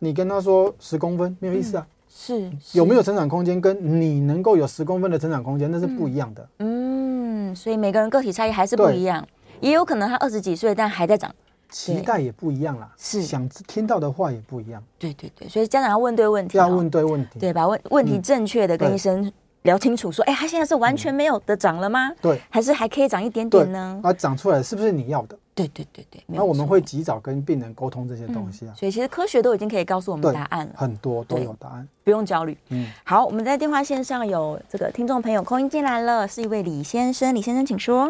Speaker 3: 你跟他说十公分没有意思啊，
Speaker 2: 是
Speaker 3: 有没有
Speaker 2: 有？
Speaker 3: 成长空间跟你能够有十公分的成长空间那是不一样的，
Speaker 2: 嗯，所以每个人个体差异还是不
Speaker 3: 对
Speaker 2: 一样，也有可能他二十几岁但还在长。
Speaker 3: 期待也不一样啦，
Speaker 2: 是
Speaker 3: 想听到的话也不一样，
Speaker 2: 对对对，所以家长要问对问题、哦，
Speaker 3: 要问对问题，
Speaker 2: 对，把问问题
Speaker 3: 嗯
Speaker 2: 正确的跟
Speaker 3: 对
Speaker 2: 医生聊清楚，说，哎、他现在是完全没有的长了吗？
Speaker 3: 对
Speaker 2: 还是还可以长一点
Speaker 3: 对
Speaker 2: 点，呢？
Speaker 3: 啊长出来是不是你要的？
Speaker 2: 对对对对，没有
Speaker 3: 那我们
Speaker 2: 错
Speaker 3: 会及早跟病人沟通这些东西啊，
Speaker 2: 所以其实科学都已经可以告诉我们
Speaker 3: 对
Speaker 2: 答案了，
Speaker 3: 很多都
Speaker 2: 对
Speaker 3: 有答案，
Speaker 2: 不用焦虑。
Speaker 3: 嗯，
Speaker 2: 好，我们在电话线上有这个听众朋友空音进来了，是一位李先生，李先生请说。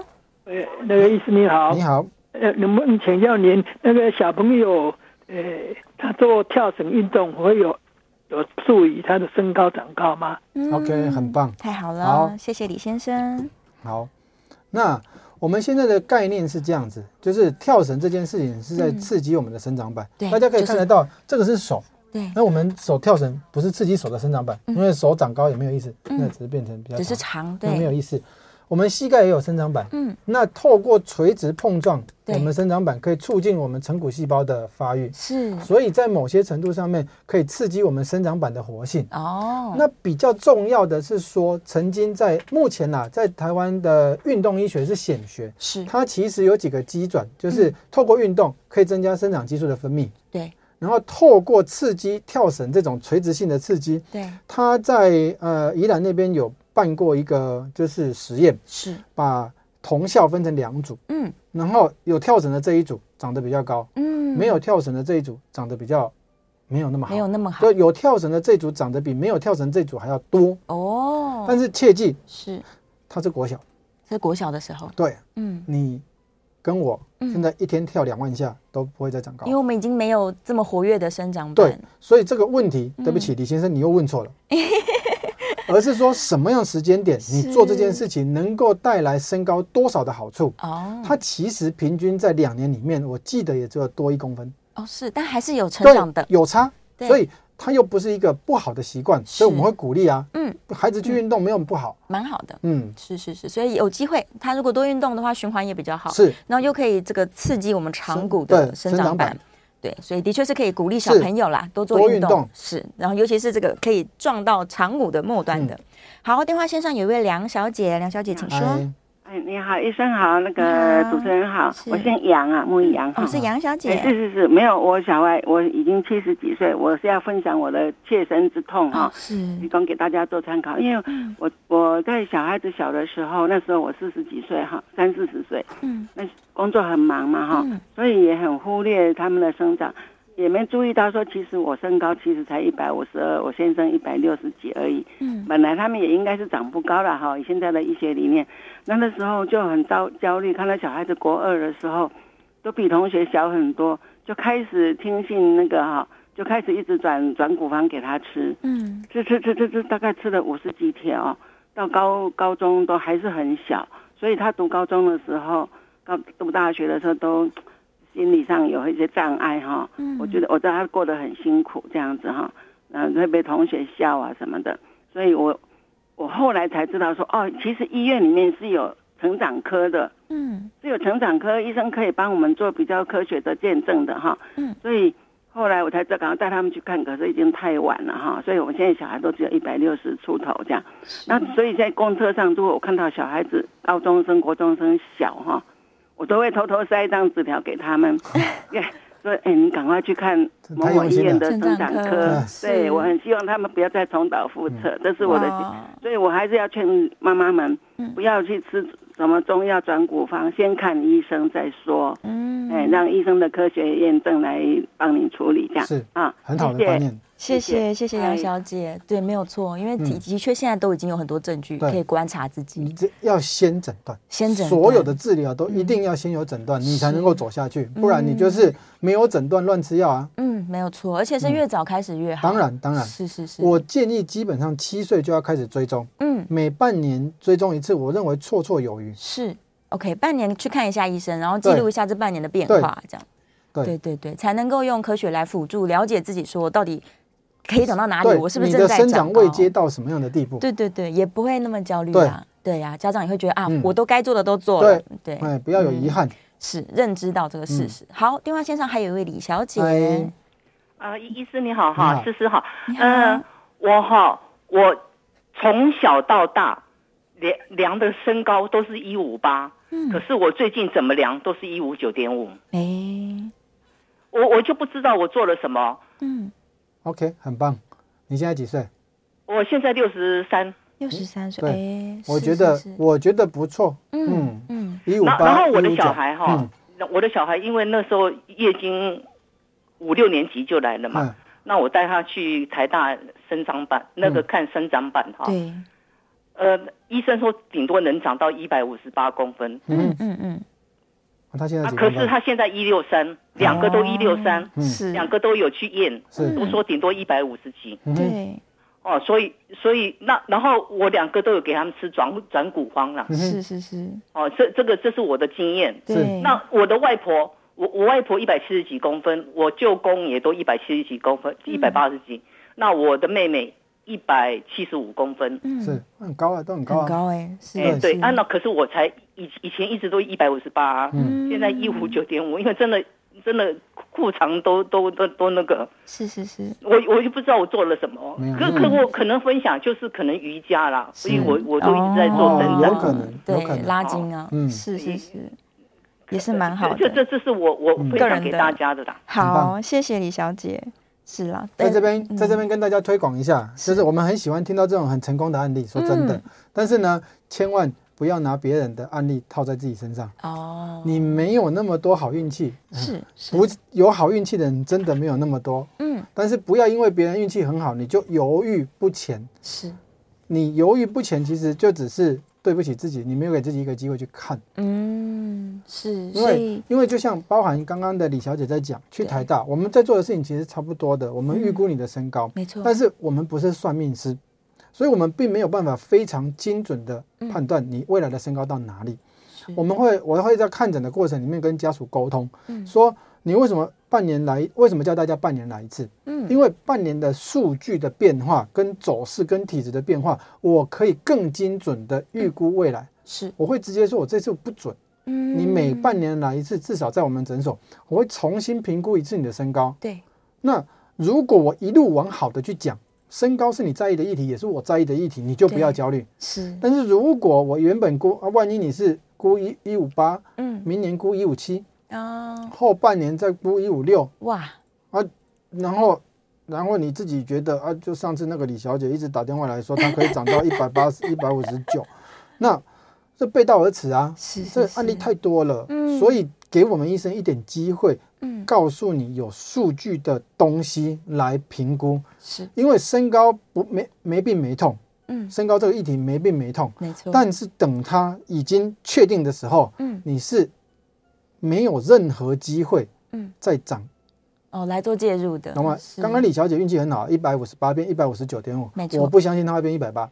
Speaker 5: 呃，那个医师你好，
Speaker 3: 你好，
Speaker 5: 呃，能不能请教您那个小朋友，呃，他做跳绳运动会有有助于他的身高长高吗？
Speaker 2: 嗯
Speaker 3: OK，很棒
Speaker 2: 太好了，
Speaker 3: 好
Speaker 2: 谢谢李先生。
Speaker 3: 好，那我们现在的概念是这样子，就是跳绳这件事情是在
Speaker 2: 嗯
Speaker 3: 刺激我们的生长板，
Speaker 2: 对
Speaker 3: 大家可以
Speaker 2: 就是
Speaker 3: 看得到，这个是手。
Speaker 2: 对，
Speaker 3: 那我们手跳绳不是刺激手的生长板，因为手长高也没有意思，
Speaker 2: 嗯
Speaker 3: 那只是变成比较
Speaker 2: 只是
Speaker 3: 长
Speaker 2: 长
Speaker 3: 那没有
Speaker 2: 对，
Speaker 3: 意思。我们膝盖也有生长板，
Speaker 2: 嗯，
Speaker 3: 那透过垂直碰撞，
Speaker 2: 对
Speaker 3: 我们生长板可以促进我们成骨细胞的发育，
Speaker 2: 是
Speaker 3: 所以在某些程度上面可以刺激我们生长板的活性。
Speaker 2: 哦，
Speaker 3: 那比较重要的是说，曾经在目前呐、在台湾的运动医学是显学，
Speaker 2: 是
Speaker 3: 它其实有几个机转，
Speaker 2: 嗯
Speaker 3: 就是透过运动可以增加生长激素的分泌，
Speaker 2: 对
Speaker 3: 然后透过刺激跳绳这种垂直性的刺激，
Speaker 2: 对
Speaker 3: 他在呃宜兰那边有办过一个就是实验，
Speaker 2: 是
Speaker 3: 把同校分成两组，
Speaker 2: 嗯
Speaker 3: 然后有跳绳的这一组长得比较高，
Speaker 2: 嗯，
Speaker 3: 没有跳绳的这一组长得比较没有那么好
Speaker 2: 没有。那么好
Speaker 3: 对，有跳绳的这一组长得比没有跳绳这一组还要多，
Speaker 2: 哦，
Speaker 3: 但是切记
Speaker 2: 是
Speaker 3: 它是国小。
Speaker 2: 是国小的时候，
Speaker 3: 对
Speaker 2: 嗯，
Speaker 3: 你跟我
Speaker 2: 嗯
Speaker 3: 现在一天跳两万下都不会再长高
Speaker 2: 因为。我们已经没有这么活跃的生长
Speaker 3: 对
Speaker 2: 板，，
Speaker 3: 所以这个问题，对不起，李先生，你又问
Speaker 2: [laughs]
Speaker 3: 错了。而是说什么样时间点你做这件事情能够带来身高多少的好处？
Speaker 2: 哦，
Speaker 3: 它其实平均在两年里面，我记得也只有多一公分，
Speaker 2: 哦是，但还是有成
Speaker 3: 对
Speaker 2: 长的，
Speaker 3: 有差，
Speaker 2: 对
Speaker 3: 所以它又不是一个不好的习惯，所以我们会鼓励啊，
Speaker 2: 嗯，
Speaker 3: 孩子去运动没有不好，
Speaker 2: 蛮好的，
Speaker 3: 嗯，
Speaker 2: 是是是，所以有机会，他如果多运动的话，循环也比较好，
Speaker 3: 是
Speaker 2: 然后又可以这个刺激我们长
Speaker 3: 生
Speaker 2: 骨的
Speaker 3: 对
Speaker 2: 生
Speaker 3: 生
Speaker 2: 长
Speaker 3: 长
Speaker 2: 板
Speaker 3: 板。
Speaker 2: 对，所以的确是可以鼓励小
Speaker 3: 是
Speaker 2: 朋友啦，多做
Speaker 3: 多
Speaker 2: 运
Speaker 3: 运
Speaker 2: 动
Speaker 3: 动
Speaker 2: 是，然后尤其是这个可以撞到长骨的末端的。
Speaker 3: 嗯
Speaker 2: 好，电话线上有一位梁小姐，梁小姐请说。
Speaker 3: 哎，
Speaker 6: 哎，你好，医生好，那
Speaker 2: 你
Speaker 6: 个
Speaker 2: 好
Speaker 6: 主持人好
Speaker 2: 是，
Speaker 6: 我姓杨啊，木易杨哈。
Speaker 2: 哦，是杨小
Speaker 6: 哎是
Speaker 2: 姐。
Speaker 6: 是是，没有，我小孩我已经七十几岁，我是要分享我的切身之痛哈、
Speaker 2: 哦是
Speaker 6: 提供给大家做参考。因为
Speaker 2: 嗯
Speaker 6: 我我在小孩子小的时候，那时候我四十几岁哈，三四十岁，
Speaker 2: 嗯，
Speaker 6: 那工作很忙嘛哈、
Speaker 2: 嗯
Speaker 6: 所以也很忽略他们的生长，也没注意到说，其实我身高其实才一百五十二，我先生一百六十几而已，
Speaker 2: 嗯
Speaker 6: 本来他们也应该是长不高了哈，以现在的医学理念，那那时候就很焦焦虑，看到小孩子国二的时候，都比同学小很多，就开始听信那个哈，就开始一直转转骨方给他吃，
Speaker 2: 嗯
Speaker 6: 吃吃吃吃吃，大概吃了五十几天哦，到高高中都还是很小，所以他读高中的时候，高读大学的时候都心理上有一些障碍哈、
Speaker 2: 嗯
Speaker 6: 我觉得我知道他过得很辛苦这样子哈，嗯，会被同学笑啊什么的，所以我我后来才知道说，哦，其实医院里面是有成长科的，
Speaker 2: 嗯
Speaker 6: 是有成长科医生可以帮我们做比较科学的见证的哈。
Speaker 2: 嗯，
Speaker 6: 所以后来我才知道，赶快带他们去看，可是已经太晚了哈。所以我们现在小孩都只有一百六十出头这样。那所以在公车上，如果我看到小孩子高中生、国中生小哈，我都会偷偷塞一张纸条给他们， [laughs] 说：“哎，你赶快去看
Speaker 3: 这
Speaker 6: 某
Speaker 3: 太
Speaker 6: 某
Speaker 3: 用
Speaker 6: 医
Speaker 3: 心
Speaker 6: 院
Speaker 3: 了
Speaker 6: 的成
Speaker 2: 成
Speaker 6: 长
Speaker 2: 长
Speaker 6: 科
Speaker 3: 哎
Speaker 2: 科。”是
Speaker 6: 对，我很希望他们不要再重蹈覆辙，
Speaker 3: 嗯
Speaker 6: 这是我的
Speaker 3: 哦
Speaker 6: 心
Speaker 2: 哇
Speaker 6: 所以我还是要劝妈妈们
Speaker 2: 嗯
Speaker 6: 不要去吃什么中药转骨方，先看医生再说。
Speaker 2: 嗯
Speaker 6: 哎，让医生的科学验证来帮你处理，这样
Speaker 3: 哎是
Speaker 6: 啊，
Speaker 3: 很好的
Speaker 6: 谢谢
Speaker 3: 观念，
Speaker 2: 谢谢
Speaker 6: 谢谢
Speaker 2: 谢谢
Speaker 6: 哎
Speaker 2: 杨小姐，对，没有错，因为的
Speaker 3: 嗯
Speaker 2: 的确现在都已经有很多证据
Speaker 3: 对
Speaker 2: 可以观察自
Speaker 3: 你
Speaker 2: 己，
Speaker 3: 这要先诊断，
Speaker 2: 先诊断嗯
Speaker 3: 所有的治疗都一定要先有诊断，你才能够走下去，不然你就是没有诊断乱吃药啊。
Speaker 2: 嗯，没有错，而且是越早开始越好，
Speaker 3: 当然，当然，
Speaker 2: 是是是，
Speaker 3: 我建议基本上七岁就要开始追踪，
Speaker 2: 嗯
Speaker 3: 每半年追踪一次，我认为绰绰有余。
Speaker 2: 是 OK，半年去看一下医生，然后记
Speaker 3: 对
Speaker 2: 录一下这半年的变
Speaker 3: 对
Speaker 2: 化，这样，
Speaker 3: 对
Speaker 2: 对对对，才能够用科学来辅助了解自己，说我到底可以长到哪里，
Speaker 3: 对，
Speaker 2: 我是不是
Speaker 3: 你
Speaker 2: 正
Speaker 3: 的
Speaker 2: 在
Speaker 3: 生
Speaker 2: 长
Speaker 3: 长
Speaker 2: 高
Speaker 3: 未接到什么样的地步？
Speaker 2: 对对对，也不会那么焦虑
Speaker 3: 对
Speaker 2: 啦。对呀、家长也会觉得啊，
Speaker 3: 嗯
Speaker 2: 我都该做的都做了，对，
Speaker 3: 哎，不要有
Speaker 2: 嗯
Speaker 3: 遗憾。
Speaker 2: 是认知到这个事实。好，电话线上还有一位李小姐，
Speaker 3: 哎
Speaker 7: 啊，医医师你好
Speaker 3: 你
Speaker 7: 哈
Speaker 3: 好，
Speaker 7: 思思好，
Speaker 2: 你好
Speaker 7: 嗯，
Speaker 6: 哦
Speaker 7: 我哈，我从小到大量量的身高都是一五八，
Speaker 3: 嗯
Speaker 7: 可是我最近怎么量都是一五九点五，
Speaker 2: 哎、
Speaker 7: 我我就不知道我做了什么。
Speaker 2: 嗯，
Speaker 3: OK，很棒。你现在几岁？
Speaker 7: 我现在六十三，
Speaker 2: 六十三岁，
Speaker 3: 对
Speaker 2: 哎、
Speaker 3: 我
Speaker 2: 是
Speaker 3: 觉得
Speaker 2: 是是，
Speaker 3: 我觉得不错。
Speaker 2: 嗯
Speaker 3: 嗯，
Speaker 2: 嗯，
Speaker 3: 一五
Speaker 7: 然
Speaker 3: 八，
Speaker 7: 然后我的
Speaker 3: 159
Speaker 7: 小孩哈
Speaker 3: 嗯，
Speaker 7: 那我的小孩因为那时候月经五六年级就来了嘛，
Speaker 3: 嗯，
Speaker 7: 那我带他去台大生长板那个
Speaker 3: 嗯
Speaker 7: 看生长板哈，
Speaker 2: 对，
Speaker 7: 呃，医生说顶多能长到一百五十八公分。
Speaker 2: 嗯嗯嗯
Speaker 3: 他现在
Speaker 7: 啊，
Speaker 3: 几
Speaker 7: 可
Speaker 3: 公
Speaker 7: 是
Speaker 3: 分？
Speaker 7: 他现在一六三，两个都一六三，
Speaker 3: 嗯
Speaker 2: 嗯，是，
Speaker 7: 两个都有去验，
Speaker 3: 是
Speaker 7: 都说顶多一百五十几
Speaker 3: 嗯哼
Speaker 2: 对，
Speaker 7: 哦，所以所以那然后我两个都有给他们吃转转骨方了
Speaker 3: 嗯哼
Speaker 2: 是是是，
Speaker 7: 哦，这这个这是我的经验。
Speaker 3: 嗯
Speaker 2: 对，
Speaker 7: 那我的外婆，我我外婆一百七十几公分，我舅公也都一百七十几公分，
Speaker 3: 嗯
Speaker 7: 一百八十几，那我的妹妹一百七十五公分。
Speaker 2: 嗯
Speaker 3: 是很高啊，都很高
Speaker 2: 很
Speaker 3: 啊。
Speaker 2: 高哎、是
Speaker 7: 哎，
Speaker 2: 是
Speaker 7: 对，啊，那可是我才以以前一直都一百五十八，
Speaker 2: 嗯
Speaker 7: 现在一五九点五，因为真的真的裤长都都都都那个，
Speaker 2: 是是是，
Speaker 7: 我我就不知道我做了什么
Speaker 3: 没有，
Speaker 7: 可
Speaker 3: 嗯
Speaker 7: 可我可能分享就是可能瑜伽啦，所以我我都一直在
Speaker 3: 哦
Speaker 7: 做伸
Speaker 3: 有
Speaker 7: 展，
Speaker 3: 可能有可
Speaker 2: 对，
Speaker 3: 能
Speaker 2: 拉筋啊，
Speaker 3: 嗯
Speaker 2: 是是是，也是蛮好
Speaker 7: 这这
Speaker 2: 的。
Speaker 7: 这是我我
Speaker 3: 嗯
Speaker 7: 分
Speaker 2: 个人
Speaker 7: 享
Speaker 2: 的
Speaker 7: 给大家的啦。
Speaker 2: 好，谢谢李小姐，是啦，
Speaker 3: 在
Speaker 2: 但
Speaker 3: 这边，
Speaker 2: 嗯
Speaker 3: 在这边跟大家推广一下，就是我们很喜欢听到这种很成功的案例。说真的
Speaker 2: 嗯，
Speaker 3: 但是呢，千万不要拿别人的案例套在自己身上，
Speaker 2: 哦，
Speaker 3: 你没有那么多好运气。嗯
Speaker 2: 是是，
Speaker 3: 不有好运气的人真的没有那么多，
Speaker 2: 嗯
Speaker 3: 但是不要因为别人运气很好你就犹豫不前。
Speaker 2: 是，
Speaker 3: 你犹豫不前，其实就只是对不起自己，你没有给自己一个机会去看。
Speaker 2: 嗯是，
Speaker 3: 因
Speaker 2: 所以
Speaker 3: 为因为就像包含刚刚的李小姐在讲，去台大我们在做的事情其实差不多的，我们预估你的身高，
Speaker 2: 嗯没错，
Speaker 3: 但是我们不是算命师，所以我们并没有办法非常精准的判断你未来的身高到哪里。
Speaker 2: 嗯是
Speaker 3: 我们会我会在看诊的过程里面跟家属沟通，
Speaker 2: 嗯
Speaker 3: 说你为什么半年来，为什么叫大家半年来一次？
Speaker 2: 嗯
Speaker 3: 因为半年的数据的变化、跟走势、跟体质的变化，我可以更精准的预估未来。
Speaker 2: 是，
Speaker 3: 我会直接说，我这次不准。
Speaker 2: 嗯
Speaker 3: 你每半年来一次，至少在我们诊所，我会重新评估一次你的身高。
Speaker 2: 对
Speaker 3: 那如果我一路往好的去讲，身高是你在意的议题，也是我在意的议题，你就不要
Speaker 2: 对
Speaker 3: 焦虑。
Speaker 2: 是，
Speaker 3: 但是如果我原本估啊，万一你是估一一五八，
Speaker 2: 嗯
Speaker 3: 明年估一五七，
Speaker 2: 哦
Speaker 3: 后半年再估一五六，
Speaker 2: 哇
Speaker 3: 然后，然后你自己觉得啊，就上次那个李小姐一直打电话来说，她可以
Speaker 2: [laughs]
Speaker 3: 涨到一百八十、一百五十九，那这背道而驰啊！
Speaker 2: 是
Speaker 3: 这
Speaker 2: 是
Speaker 3: 案例
Speaker 2: 是
Speaker 3: 太多了，
Speaker 2: 嗯
Speaker 3: 所以给我们医生一点机会，
Speaker 2: 嗯
Speaker 3: 告诉你有数据的东西来评估，
Speaker 2: 是
Speaker 3: 因为身高不没没病没痛，
Speaker 2: 嗯
Speaker 3: 身高这个议题没病没痛，
Speaker 2: 没错，
Speaker 3: 但是等他已经确定的时候，
Speaker 2: 嗯
Speaker 3: 你是没有任何机会
Speaker 2: 嗯
Speaker 3: 再涨
Speaker 2: 哦来做介入的，
Speaker 3: 懂吗？
Speaker 2: 是
Speaker 3: 刚刚李小姐运气很好，一百五十八变一百五十九点五
Speaker 2: 没，错
Speaker 3: 我不相信她会变一百
Speaker 2: [laughs]
Speaker 3: 八，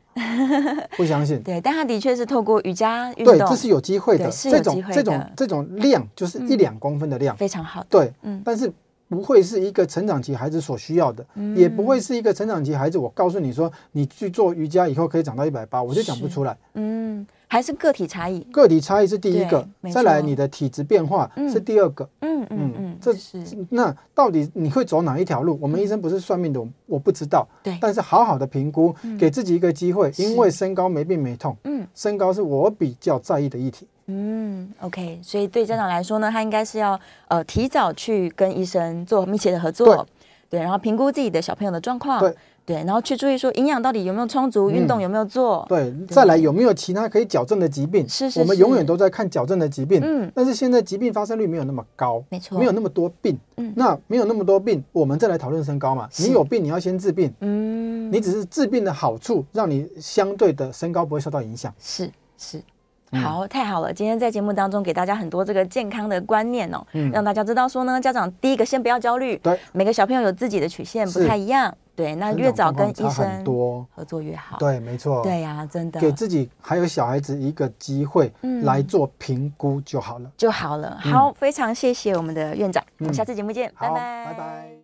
Speaker 3: 不相信。
Speaker 2: 对，但他的确是透过瑜伽运
Speaker 3: 对，
Speaker 2: 动
Speaker 3: 这是有机会的，
Speaker 2: 对是有
Speaker 3: 这种
Speaker 2: 机会
Speaker 3: 这种
Speaker 2: 的嗯
Speaker 3: 这种量就是一两公分的量，
Speaker 2: 非常好的，
Speaker 3: 对，
Speaker 2: 嗯
Speaker 3: 但是不会是一个成长期孩子所需要的，
Speaker 2: 嗯
Speaker 3: 也不会是一个成长期孩子。我告诉你说，你去做瑜伽以后可以长到一百八，我就讲不
Speaker 2: 是
Speaker 3: 出来。
Speaker 2: 嗯还是个体差异，
Speaker 3: 个体差异是第一个
Speaker 2: 对没，
Speaker 3: 再来
Speaker 2: 错
Speaker 3: 你的体质变化
Speaker 2: 嗯
Speaker 3: 是第二个。
Speaker 2: 嗯嗯嗯，
Speaker 3: 这
Speaker 2: 是
Speaker 3: 那到底你会走哪一条路？我们医生不是算命的，我我不知道。
Speaker 2: 嗯对嗯
Speaker 3: 但是好好的评估，给自己一个机会，
Speaker 2: 是
Speaker 3: 因为身高没病没痛，
Speaker 2: 嗯。
Speaker 3: 身高是我比较在意的议题。
Speaker 2: 嗯，OK，所以对家长来说呢，他应该是要呃提早去跟医生做密切的合作，对，然后评估自己的小朋友的状况，
Speaker 3: 对嗯
Speaker 2: 对然后去注意说营养到底有没有充足，运动有没有做，
Speaker 3: 对，再来有没有其他可以矫正的疾病？
Speaker 2: 哦是是
Speaker 3: 我们
Speaker 2: 是
Speaker 3: 永远都在看矫正的疾病。
Speaker 2: 嗯
Speaker 3: 但是现在疾病发生率没有那么高，
Speaker 2: 没错
Speaker 3: 没有那么多病。
Speaker 2: 嗯
Speaker 3: 那没有那么多病，我们再来讨论身高嘛。你有病，你要先治病。
Speaker 2: 嗯，
Speaker 3: 你只是治病的好处，让你相对的身高不会受到影响。
Speaker 2: 是是。
Speaker 3: 嗯
Speaker 2: 好，太好了！今天在节目当中给大家很多这个健康的观念哦，
Speaker 3: 嗯
Speaker 2: 让大家知道说呢，家长第一个先不要焦虑，
Speaker 3: 对，
Speaker 2: 每个小朋友有自己的曲线，不
Speaker 3: 是
Speaker 2: 太一样，对，那
Speaker 3: 成
Speaker 2: 越
Speaker 3: 长
Speaker 2: 早
Speaker 3: 状况
Speaker 2: 跟医
Speaker 3: 差很
Speaker 2: 生
Speaker 3: 多。
Speaker 2: 合作越好，
Speaker 3: 对，没错。
Speaker 2: 对呀、真的
Speaker 3: 给自己还有小孩子一个机会
Speaker 2: 嗯
Speaker 3: 来做评估就好了。
Speaker 2: 就好了。好，非常谢谢我们的院长，我们下次节目见，
Speaker 3: 嗯
Speaker 2: 拜
Speaker 3: 好，拜拜